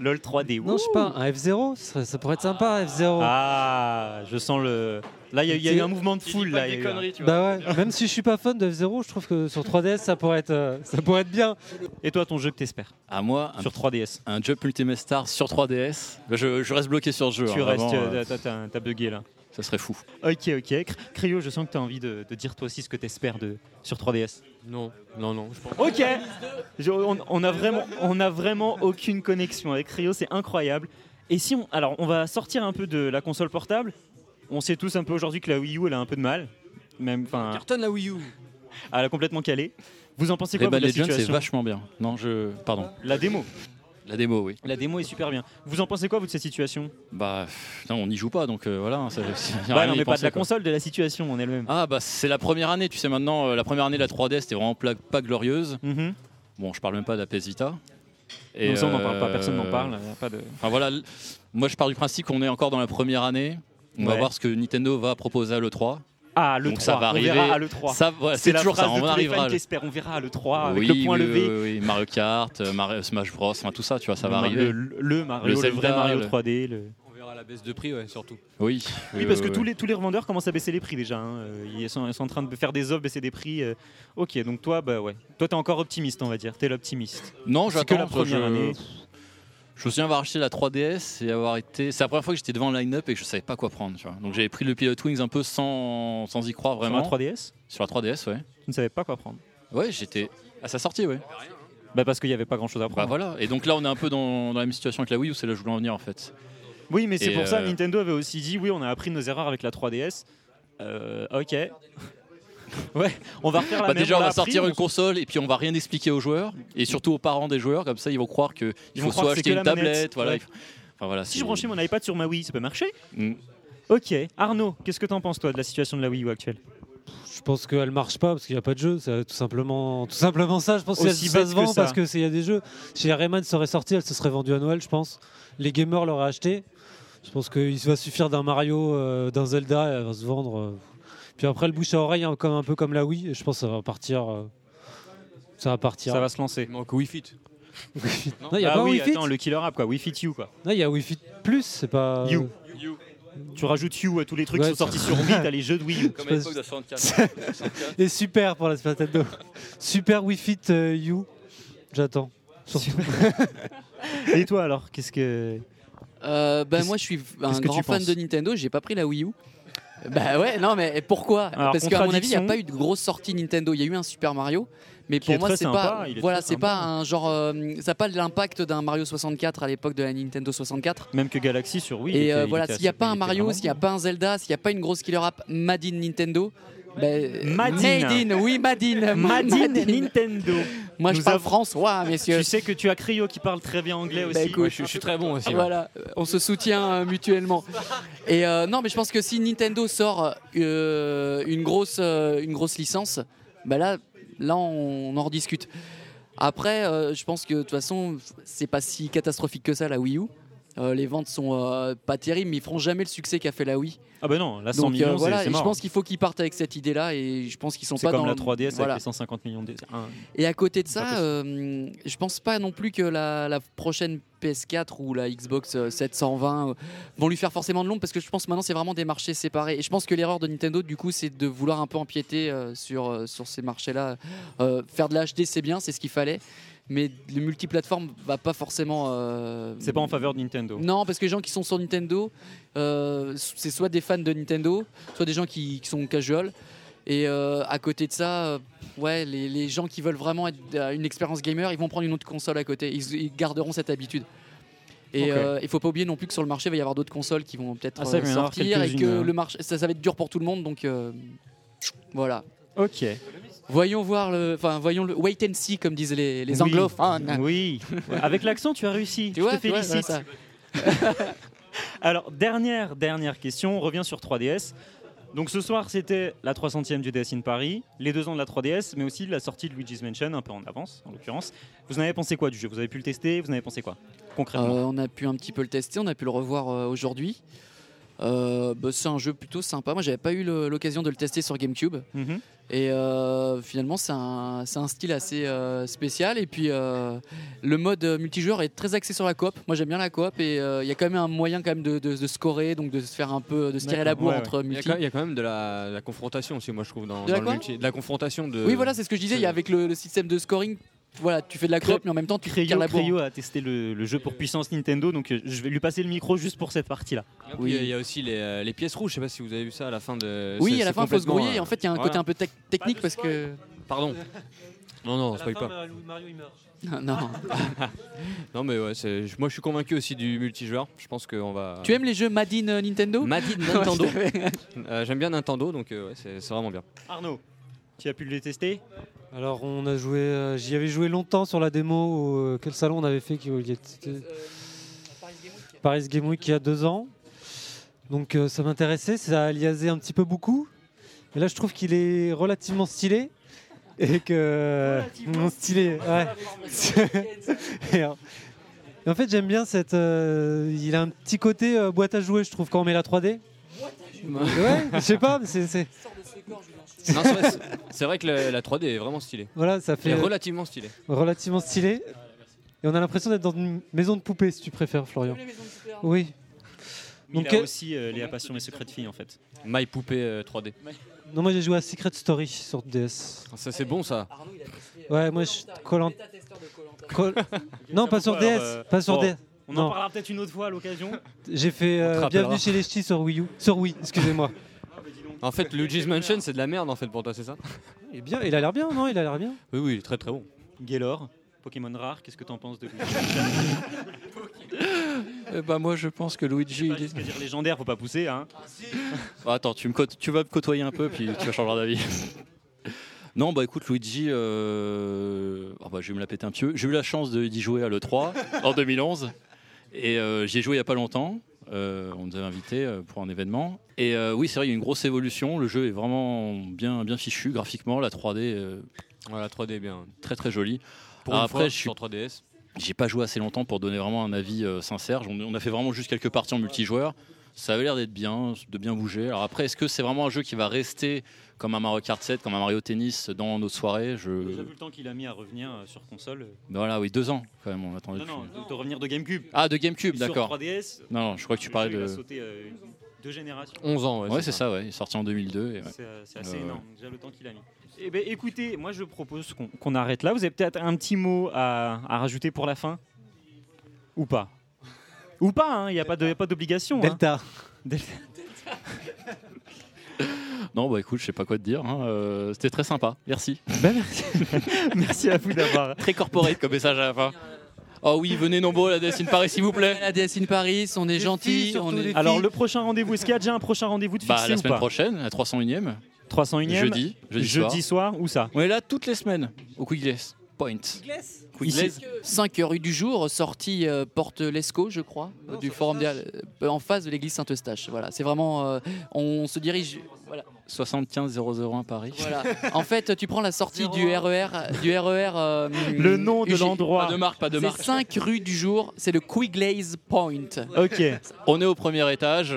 LOL 3D.
Non, je sais pas, un F0, ça, ça pourrait être sympa, F0.
Ah, je sens le. Là, il y, a- il y a eu un mouvement de foule. Là, il y a eu un-
Bah ouais, même si je suis pas fan de F0, je trouve que sur 3DS ça pourrait être, euh, ça pourrait être bien.
Et toi, ton jeu que t'espères
À moi, un-
Sur 3DS.
un Jump Ultimate Star sur 3DS. Bah, Je, je reste bloqué sur ce jeu.
Tu
hein,
restes.
vraiment,
euh,
euh,
t'as- t'as- T'as bugué là.
ça serait fou.
Ok, ok. Cr- Cryo, je sens que tu as envie de, de dire toi aussi ce que tu espères de, sur 3DS.
Non, non, non. Je pense...
Ok Je- on, on a vraiment, on a vraiment aucune connexion avec Cryo, c'est incroyable. Et si on. Alors, on va sortir un peu de la console portable. On sait tous un peu aujourd'hui que la Wii U, elle a un peu de mal. Même, enfin,
Cartonne la Wii U.
elle a complètement calé. Vous en pensez quoi vous,
Rebel
de la
Legends, c'est
situation
vachement bien. Non, je. Pardon.
La démo.
La démo, Oh, oui.
La démo est super bien. Vous en pensez quoi, vous, de cette situation
Bah, pff, non, on n'y joue pas, donc euh, voilà. hein, Ça, y a
Bah
rien à
non,
y
mais pas de
penser,
la
quoi.
console, de la situation en elle-même.
Ah, bah, c'est la première année, tu sais, maintenant. euh, la première année de la 3DS, c'était vraiment pla- pas glorieuse.
Mhm.
Bon, je parle même pas de la PS Vita.
Non, ça, on n'en parle pas,
euh,
personne n'en parle. y a Pas de...
Enfin voilà, l- moi je pars du principe qu'on est encore dans la première année. On va
Ouais.
voir ce que Nintendo va proposer à l'E3.
Ah, le
Donc
3,
ça va
on
arriver.
verra à l'E3.
Ça, voilà,
C'est
c'est
la
toujours
phrase
ça,
de
on
tous les fans
arrivera. à
qui
l'-
espèrent. On verra à l'E3 Ah, avec
Oui,
le point
oui,
levé.
oui, oui, Mario Kart, euh, Mario- Smash Bros, enfin, tout ça, tu vois, ça va
Le-
arriver.
Le, le Mario,
Le
le,
Zelda,
vrai Mario
le-
3D. le-
On verra la baisse de prix, ouais, surtout.
Oui,
Oui, parce que
Euh,
tous, les, tous les revendeurs commencent à baisser les prix déjà. hein. Euh, Ils, sont, ils sont en train de faire des offres, baisser des prix. euh. Ok, donc toi, bah ouais. Toi, t'es encore optimiste, on va dire. T'es l'optimiste. C'est
Non,
que
j'attends
la
parce que
première
je...
année.
Je me souviens avoir acheté la 3DS et avoir été. C'est la première fois que j'étais devant le line-up et que je savais pas quoi prendre. Tu vois. Donc j'avais pris le Pilot Wings un peu sans, sans y croire vraiment.
Sur la 3DS,
Sur la 3DS, ouais.
je ne savais pas quoi prendre.
Ouais, j'étais. À sa sortie, ouais.
Bah parce qu'il n'y avait pas grand chose à
Bah
prendre.
voilà. Et donc là, on est un peu dans, dans la même situation que la Wii où c'est là que je voulais en venir en fait.
Oui, mais c'est
Et
pour ça
euh,
Nintendo avait aussi dit oui, on a appris nos erreurs avec la 3DS. Euh, ok. ouais, on va refaire la
Bah
même,
déjà, on
l'a
va
appris,
sortir
on
une console et puis on va rien expliquer aux joueurs et surtout aux parents des joueurs. Comme ça, ils vont croire que
Ils
il
vont
faut
croire que
soit
c'est
acheter
que
une
la manette.
tablette, voilà.
Ouais.
il faut- Enfin voilà.
Si
c'est-
je branchais mon iPad sur ma Wii, ça peut marcher
Mm.
Ok. Arnaud, qu'est-ce que t'en penses toi de la situation de la Wii U actuelle
Je pense qu'elle marche pas parce qu'il n'y a pas de jeu. C'est tout simplement, tout simplement ça. Je pense que
Aussi
ça
bête
se
que
vend
ça.
parce que s'il y a des jeux, si la Rayman serait sortie, elle se serait vendue à Noël, je pense. Les gamers l'auraient acheté. Je pense qu'il va suffire d'un Mario, euh, d'un Zelda, et elle va se vendre. euh. Puis après, le bouche à oreille, hein, comme un peu comme la Wii, et je pense que ça va partir. euh, ça va partir.
Ça va se lancer.
Il manque Wii Fit.
Non, il n'y a
Ah
pas
oui,
Wii Fit.
attends, le killer app quoi, Wii Fit You quoi.
Non, il y a Wii Fit Plus, c'est pas. euh.
You. Tu rajoutes You à tous les trucs qui
Ouais,
sont sortis sur Wii, t'as les jeux de Wii U.
à l'époque de hein. Et super pour la Nintendo. super Wii Fit euh, You. J'attends. Surtout.
Et toi alors, qu'est-ce que
Euh, bah,
Qu'est-ce-
moi, je suis un
qu'est-ce que
grand
tu
fan
penses
de Nintendo. J'ai pas pris la Wii U. Bah ouais, non, mais pourquoi
Alors,
Parce qu'à mon avis, il n'y a
contradiction.
pas eu de grosse sortie Nintendo. Il y a eu un Super Mario, mais
Qui
pour
est
moi,
très
c'est
sympa,
pas,
il est
voilà,
très
c'est
sympa.
pas un genre, euh, ça n'a pas l'impact d'un Mario 64 à l'époque de la Nintendo 64.
même que Galaxy sur Wii il
Et
était-
euh,
il
voilà,
était
s'il n'y a
assez-
pas
il
un
était
Mario,
vraiment
s'il n'y a pas un Zelda, s'il n'y a pas une grosse killer app Made in Nintendo. ben,
Made in.
Made in, oui, Made in.
bon. Madine Nintendo.
Moi, je
Nous
parle
avons-
François, messieurs.
Tu sais que tu as Cryo qui parle très bien anglais aussi.
Bah, écoute,
je, suis très bon aussi.
Voilà, euh, on se soutient euh, mutuellement. Et euh, non, mais je pense que si Nintendo sort euh, une, grosse, euh, une grosse licence, bah là, là on, on en rediscute. Après, euh, je pense que de toute façon, c'est pas si catastrophique que ça la Wii U. Euh, les ventes sont euh, pas terribles, mais ils feront jamais le succès qu'a fait la Wii.
Ah bah non, la 100
Donc euh,
millions, c'est-
voilà,
c'est
et je
mort.
pense qu'il faut qu'ils partent avec cette idée-là, et je pense qu'ils sont
C'est
pas
comme
dans
la 3DS
voilà.
avec les 150 millions de. c'est un-
Et à côté de
Pas
ça,
possible.
euh, je pense pas non plus que la, la prochaine PS4 ou la Xbox euh, 720 euh, vont lui faire forcément de l'ombre parce que je pense maintenant c'est vraiment des marchés séparés. Et je pense que l'erreur de Nintendo du coup c'est de vouloir un peu empiéter euh, sur, euh, sur ces marchés-là. Euh, faire de la HD c'est bien, c'est ce qu'il fallait, mais le multiplateforme va pas forcément. euh,
C'est pas en faveur de Nintendo.
non, parce que les gens qui sont sur Nintendo, euh, c'est soit des fans de Nintendo, soit des gens qui, qui sont casual. Et euh, à côté de ça, euh, ouais, les, les gens qui veulent vraiment être euh, une expérience gamer, ils vont prendre une autre console à côté. Ils, ils garderont cette habitude. Et
Ok.
euh, il faut pas oublier non plus que sur le marché, il va y avoir d'autres consoles qui vont peut-être
Ah, ça, il
euh,
va y en avoir
sortir et
quelques-unes,
que
hein.
le marché, ça, ça va être dur pour tout le monde. Donc euh, voilà.
Ok.
Voyons voir le, enfin voyons le wait and see comme disent les, les
Oui.
anglophones.
Oui. Avec l'accent, tu as réussi.
Tu
je
vois,
te
tu vois,
félicite.
ça.
Alors, dernière, dernière question, on revient sur 3DS. Donc ce soir, c'était la 300e du DS in Paris, les deux ans de la 3DS, mais aussi la sortie de Luigi's Mansion, un peu en avance, en l'occurrence. Vous en avez pensé quoi du jeu Vous avez pu le tester Vous en avez pensé quoi Concrètement.
Euh, on a pu un petit peu le tester, on a pu le revoir euh, aujourd'hui. Euh, bah, c'est un jeu plutôt sympa. Moi, j'avais pas eu le- l'occasion de le tester sur GameCube.
Mhm.
Et euh, finalement, c'est un, c'est un style assez euh, spécial. Et puis, euh, le mode euh, multijoueur est très axé sur la coop. Moi, j'aime bien la coop. Et euh, il y a quand même un moyen quand même de, de- de scorer, donc de se faire un peu, de se tirer la bourre entre
Il y, a
multi.
quand- il y a quand même de la, la confrontation aussi, moi je trouve, dans,
De la
dans le
quoi
multi. De la confrontation de.
Oui, voilà, c'est ce que je disais. Il y a avec le, le système de scoring, voilà, tu fais de la coop, mais en même temps, tu tires
Cryo,
la bourre.
Cryo a testé le, le jeu pour puissance Nintendo, donc euh, je vais lui passer le micro juste pour cette partie-là.
Oui. Il y a aussi les, euh, les pièces rouges, je sais pas si vous avez vu ça à la fin de.
Oui,
c'est-
à la
c'est
fin, il faut se
complètement,
grouiller.
euh,
Et en fait, il y a un
voilà.
côté un peu tec- technique parce que.
Pardon. Non, non,
la
spoil
fin,
pas.
Mario, il meurt.
non.
non, mais ouais, c'est- je- moi je suis convaincu aussi du multijoueur. Je pense qu'on va.
Tu aimes les jeux Madin euh, Nintendo
Madin Nintendo. Euh, J'aime bien Nintendo, donc euh, ouais, c'est c'est vraiment bien.
Arnaud, tu as pu le tester
Alors on a joué, euh, j'y avais joué longtemps sur la démo. au- euh, quel salon on avait fait qui, où il y a- c'était- Paris Game Week il y a deux ans. Donc euh, ça m'intéressait, ça aliasait un petit peu beaucoup. Mais là je trouve qu'il est relativement stylé et que mon stylé. ouais. et en, et en fait j'aime bien cette, euh, il a un petit côté euh, boîte à jouer je trouve quand on met la 3D. Ouais, je sais pas, mais c'est- c'est.
Non, c'est vrai, c'est- c'est vrai que le- la 3D est vraiment stylée.
Voilà, ça fait. euh,
Elle est relativement stylée.
Relativement stylé. Et on a l'impression d'être dans une maison de poupée, si tu préfères, Florian. Oui.
Mais
Donc,
il a
euh,
aussi euh, Léa Passion et Secret de Fille en fait.
My Poupée 3D.
Non, moi j'ai joué à Secret Story sur DS.
Ça, c'est bon ça.
Ouais, moi je. Collant- Col- Non, pas sur
Alors,
DS.
euh,
Pas sur
bon,
DS.
On en
Non.
parlera peut-être une autre fois à l'occasion.
J'ai fait euh,
rappellera.
Bienvenue chez les Ch'tis sur Wii U. Sur Wii, excusez-moi.
En fait, Luigi's Mansion, c'est de la merde en fait pour toi, c'est ça
Il, est Eh bien, il a l'air bien, non Il a l'air bien.
Oui, oui, il est très très bon.
Gaylor, Pokémon rare, qu'est-ce que t'en penses de lui
Eh ben, moi, je pense que Luigi. il est-
Parce que dire légendaire, faut pas pousser. Hein.
Ah, attends, tu, me côte- tu vas me côtoyer un peu, puis tu changeras d'avis. Non, bah écoute, Luigi, euh, ah bah, je vais me la péter un petit peu. J'ai eu la chance de- d'y jouer à l'E3 en 2011. Et euh, j'y ai joué il n'y a pas longtemps. Euh, on nous avait invités euh, pour un événement. Et euh, oui, c'est vrai, il y a une grosse évolution. Le jeu est vraiment bien, bien fichu graphiquement. La 3D, euh,
Ouais, la 3D est bien.
très très jolie.
Pour
Ah,
une
après,
fois,
je suis
sur 3DS.
j'ai pas joué assez longtemps pour donner vraiment un avis euh, sincère. J'en- On a fait vraiment juste quelques parties en multijoueur. Ça avait l'air d'être bien, de bien bouger. Alors après, est-ce que c'est vraiment un jeu qui va rester comme un Mario Kart 7, comme un Mario Tennis dans nos soirées
Déjà
Je... ben
vu le temps qu'il a mis à revenir euh, sur console. euh,
Voilà, oui, deux ans quand même, on attendait.
Non, non,
depuis.
de, de revenir de GameCube.
Ah, de GameCube,
Sur
d'accord.
3DS.
Non, non, je crois que tu
le
parlais
jeu, il a
de.
sauté euh, deux générations.
11 ans, ouais.
Ouais, c'est ça, ouais. Il est sorti en 2002. et ouais.
C'est euh, c'est assez
Ouais, ouais.
énorme, déjà le temps qu'il a mis. Eh ben, écoutez, moi je propose qu'on qu'on arrête là. Vous avez peut-être un petit mot à, à rajouter pour la fin Ou pas Ou pas, hein, il n'y a pas de- y a pas d'obligation. hein.
Delta.
Non, bah écoute, je sais pas quoi te dire. hein. Euh, C'était très sympa. Merci.
Ben, merci. merci à vous d'avoir.
Très corporate comme message à la fin. Oh oui, venez nombreux à la Destiny Paris, s'il vous plaît.
La DS in Paris, on est gentil, on est.
Alors le prochain rendez-vous, est-ce qu'il y a déjà un prochain rendez-vous de fixé
Bah, la
ou
semaine
pas
prochaine, la 301ème.
301e
Jeudi, jeudi soir.
soir. où ça
On est là toutes les semaines au Quigless Point. Quigless
5 rue du jour, sortie euh, porte Lescaut, je crois, euh, du forum des Halles, euh, en face de l'église Saint-Eustache. Voilà, c'est vraiment. euh, on se dirige. Voilà.
75 001 Paris.
voilà. en fait, tu prends la sortie du RER. Du RER euh,
Le nom de
UG.
l'endroit.
Pas de marque, pas de
C'est
marque.
5 rue du jour, c'est le Quiglaze Point.
Ok,
On est au premier étage.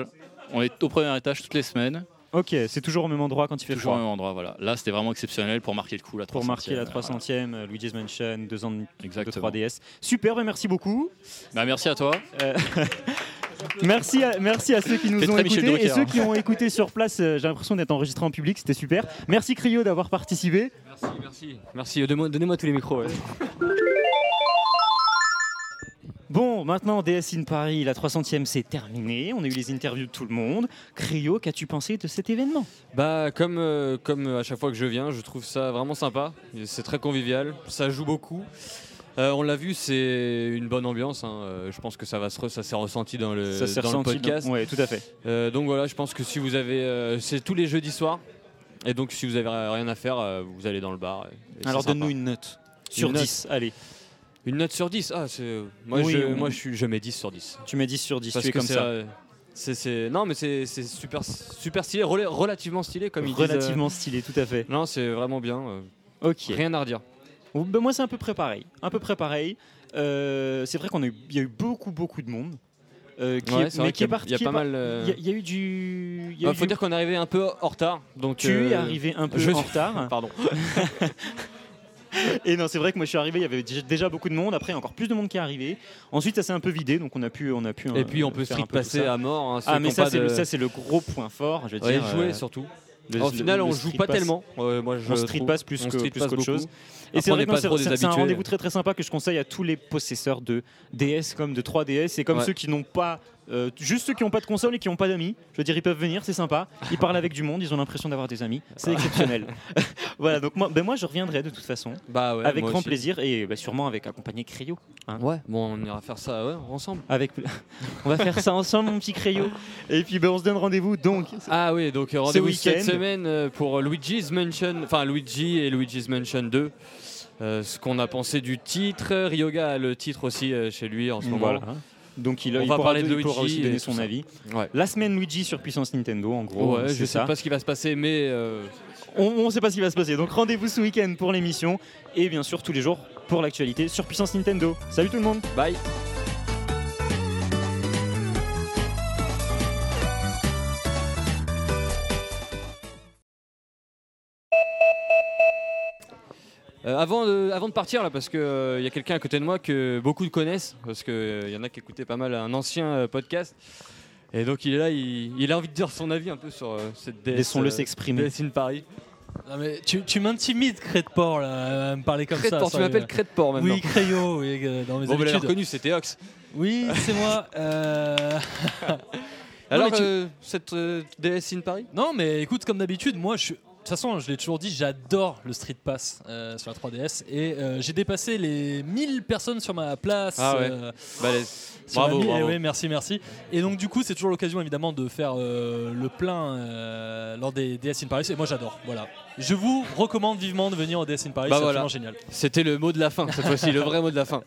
On est au premier étage toutes les semaines.
ok, c'est toujours au même endroit quand il fait
Toujours au
froid.
même endroit. Voilà. Là, c'était vraiment exceptionnel pour marquer le coup. La 300
Pour marquer la 300e, euh, Luigi's Mansion, deux ans de de
Exactement.
3DS. Super, ben merci beaucoup.
Bah, merci à toi.
Euh, merci, à, merci à ceux qui nous
T'es
ont
très Michel
écoutés et
Drucker,
ceux
hein.
qui ont écouté sur place. euh, J'ai l'impression d'être enregistré en public, c'était super. Merci Cryo d'avoir participé.
Merci, merci. Merci, Donne-moi- donnez-moi tous les micros. ouais.
Bon, maintenant DS in Paris, la 300e, c'est terminé. On a eu les interviews de tout le monde. Cryo, qu'as-tu pensé de cet événement
Bah comme, euh, comme à chaque fois que je viens, je trouve ça vraiment sympa. C'est très convivial, ça joue beaucoup. Euh, on l'a vu, c'est une bonne ambiance. hein. Euh, Je pense que ça va se re- ça s'est ressenti dans le,
s'est
dans le
ressenti dans-
podcast.
Ouais, tout à fait.
Euh, donc voilà, je pense que si vous avez, euh, c'est tous les jeudis soirs. Et donc si vous avez euh, rien à faire, euh, vous allez dans le bar. et- et c'est
Alors
sympa.
donne-nous une note sur
Une note.
10. Allez,
Une note sur 10 Ah, c'est moi,
Oui,
je,
on-
moi je, suis, je mets 10 sur 10.
tu mets 10 sur 10,
Parce
tu es
que
comme
c'est,
ça.
euh, c'est- c'est- non, mais c'est c'est super, super stylé, rela- relativement stylé comme ils disent, euh.
Relativement stylé, tout à fait.
Non, c'est vraiment bien. euh,
Ok.
Rien à redire.
Oh, ben, moi, c'est à peu près pareil. À peu près pareil. Euh, c'est vrai qu'on a eu, il y a eu beaucoup, beaucoup de monde. euh, qui
Ouais,
est,
c'est vrai
mais qui est
qu'il y a-
parti.
il y a pas mal,
Il
euh,
y a- il y, a eu du. il y
Il
a eu
faut
du-
dire qu'on est arrivé un peu en retard. Donc
Tu
euh,
es arrivé un peu
je
en
suis-
retard.
Pardon.
Et non, c'est vrai que moi je suis arrivé, il y avait déjà- déjà beaucoup de monde. Après, encore plus de monde qui est arrivé. Ensuite, ça s'est un peu vidé, donc on a pu, on a pu.
Et
euh,
puis on peut
faire
street
un peu tout
passer
ça.
à mort. hein, ceux
ah,
qui
mais
ont
ça,
pas
c'est
de-
le- ça, c'est le gros point fort. Je veux
Ouais,
dire,
jouer
euh,
surtout.
le-
Au
le-
final,
le
on
street
joue pas
pass.
tellement. Ouais, moi, je
on street
trouve-
pass
on
plus que-
street
plus
pass
qu'autre chose.
beaucoup.
Et
Après,
c'est
on
vrai
n'est
que
pas
non, c'est-
trop des
c'est c'est un
habitués.
rendez-vous très très sympa que je conseille à tous les possesseurs de DS comme de 3DS et comme
Ouais.
ceux qui n'ont pas. euh, juste ceux qui n'ont pas de console et qui n'ont pas d'amis, je veux dire, ils peuvent venir, c'est sympa. Ils parlent avec du monde, ils ont l'impression d'avoir des amis, c'est exceptionnel. voilà, donc moi, ben moi je reviendrai de toute façon,
Bah ouais,
avec
moi
grand
aussi.
plaisir et bah, sûrement avec accompagné Cryo. hein.
Ouais, bon, on ira faire ça ouais, ensemble.
Avec, on va faire ça ensemble, mon petit Cryo. Et puis ben, on se donne rendez-vous donc.
Ah oui, donc euh, rendez-vous
Ce
cette
week-end.
semaine euh, pour Luigi's Mansion, enfin Luigi et Luigi's Mansion 2. Euh, ce qu'on a pensé du titre, Euh, Ryoga a le titre aussi euh, chez lui en ce moment.
Voilà. Donc il,
On
il
va
pourra,
parler de
il pourra
Luigi
aussi
et
donner
tout
son
ça.
avis.
Ouais.
La semaine Luigi sur Puissance Nintendo, en gros.
ouais,
c'est
je sais
ça.
pas ce qui va se passer, mais euh,
On ne sait pas ce qui va se passer. Donc rendez-vous ce week-end pour l'émission et bien sûr tous les jours pour l'actualité sur Puissance Nintendo. Salut tout le monde.
Bye. Euh, avant, de, avant de partir, là, parce qu'il y a quelqu'un à côté de moi que beaucoup connaissent, parce qu'il y en a qui écoutaient pas mal un ancien euh, podcast. Et donc il est là, il, il a envie de dire son avis un peu sur euh, cette DS.
Laissons-le
euh,
s'exprimer.
DS in Paris.
Non, mais tu, tu m'intimides, Crêteport, là, à me parler comme ça.
Crêteport, tu
sérieux.
m'appelles Crêteport, maintenant.
Oui, Créo, oui, euh, dans mes
Bon, vous l'avez
habitudes.
reconnu, c'était Ox.
Oui, c'est moi. euh,
Alors,
mais tu-
euh, cette euh, DS in Paris
Non, mais écoute, comme d'habitude, moi, je suis- De toute façon, je l'ai toujours dit, j'adore le Street Pass euh, sur la 3DS et euh, j'ai dépassé les 1000 personnes sur ma place.
Ah ouais.
euh,
Bah,
Balèze.
sur
Bravo,
ma mille-
bravo.
eh ouais, merci, merci. Et donc, du coup, c'est toujours l'occasion évidemment de faire euh, le plein euh, lors des DS in Paris et moi j'adore. Voilà. Je vous recommande vivement de venir au DS in Paris,
Bah
c'est
voilà.
absolument génial.
C'était le mot de la fin, cette fois-ci, le vrai mot de la fin.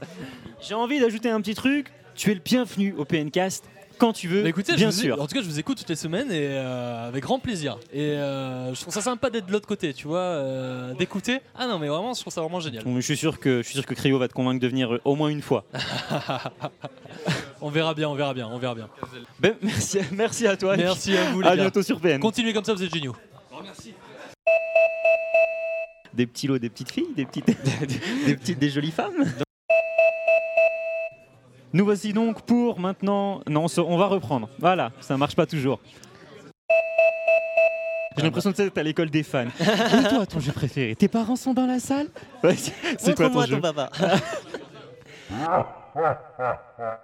J'ai envie d'ajouter un petit truc. Tu es le bienvenu au PNcast quand tu veux.
Bah écoutez, je
bien
vous ai-
sûr.
en tout cas, je vous écoute toutes les semaines et euh, avec grand plaisir. Et euh, je trouve ça sympa d'être de l'autre côté, tu vois, euh, d'écouter. Ah non, mais vraiment, je trouve ça vraiment génial.
Je suis sûr que je suis sûr que Cryo va te convaincre de venir euh, au moins une fois.
On verra bien, on verra bien, on verra bien.
Ben, merci, merci à toi.
Merci à vous, les
À
gars.
bientôt sur PN.
Continuez comme ça, vous êtes géniaux.
Des petits lots, des petites filles, des petites, des petites, des jolies femmes. Nous voici donc pour maintenant. Non, on, se- on va reprendre. Voilà, ça marche pas toujours. J'ai l'impression que c'est à l'école des fans. Ah bah. Et toi, ton jeu préféré Tes parents sont dans la salle Ouais, C'est quoi ton
Montre-moi
jeu
ton papa.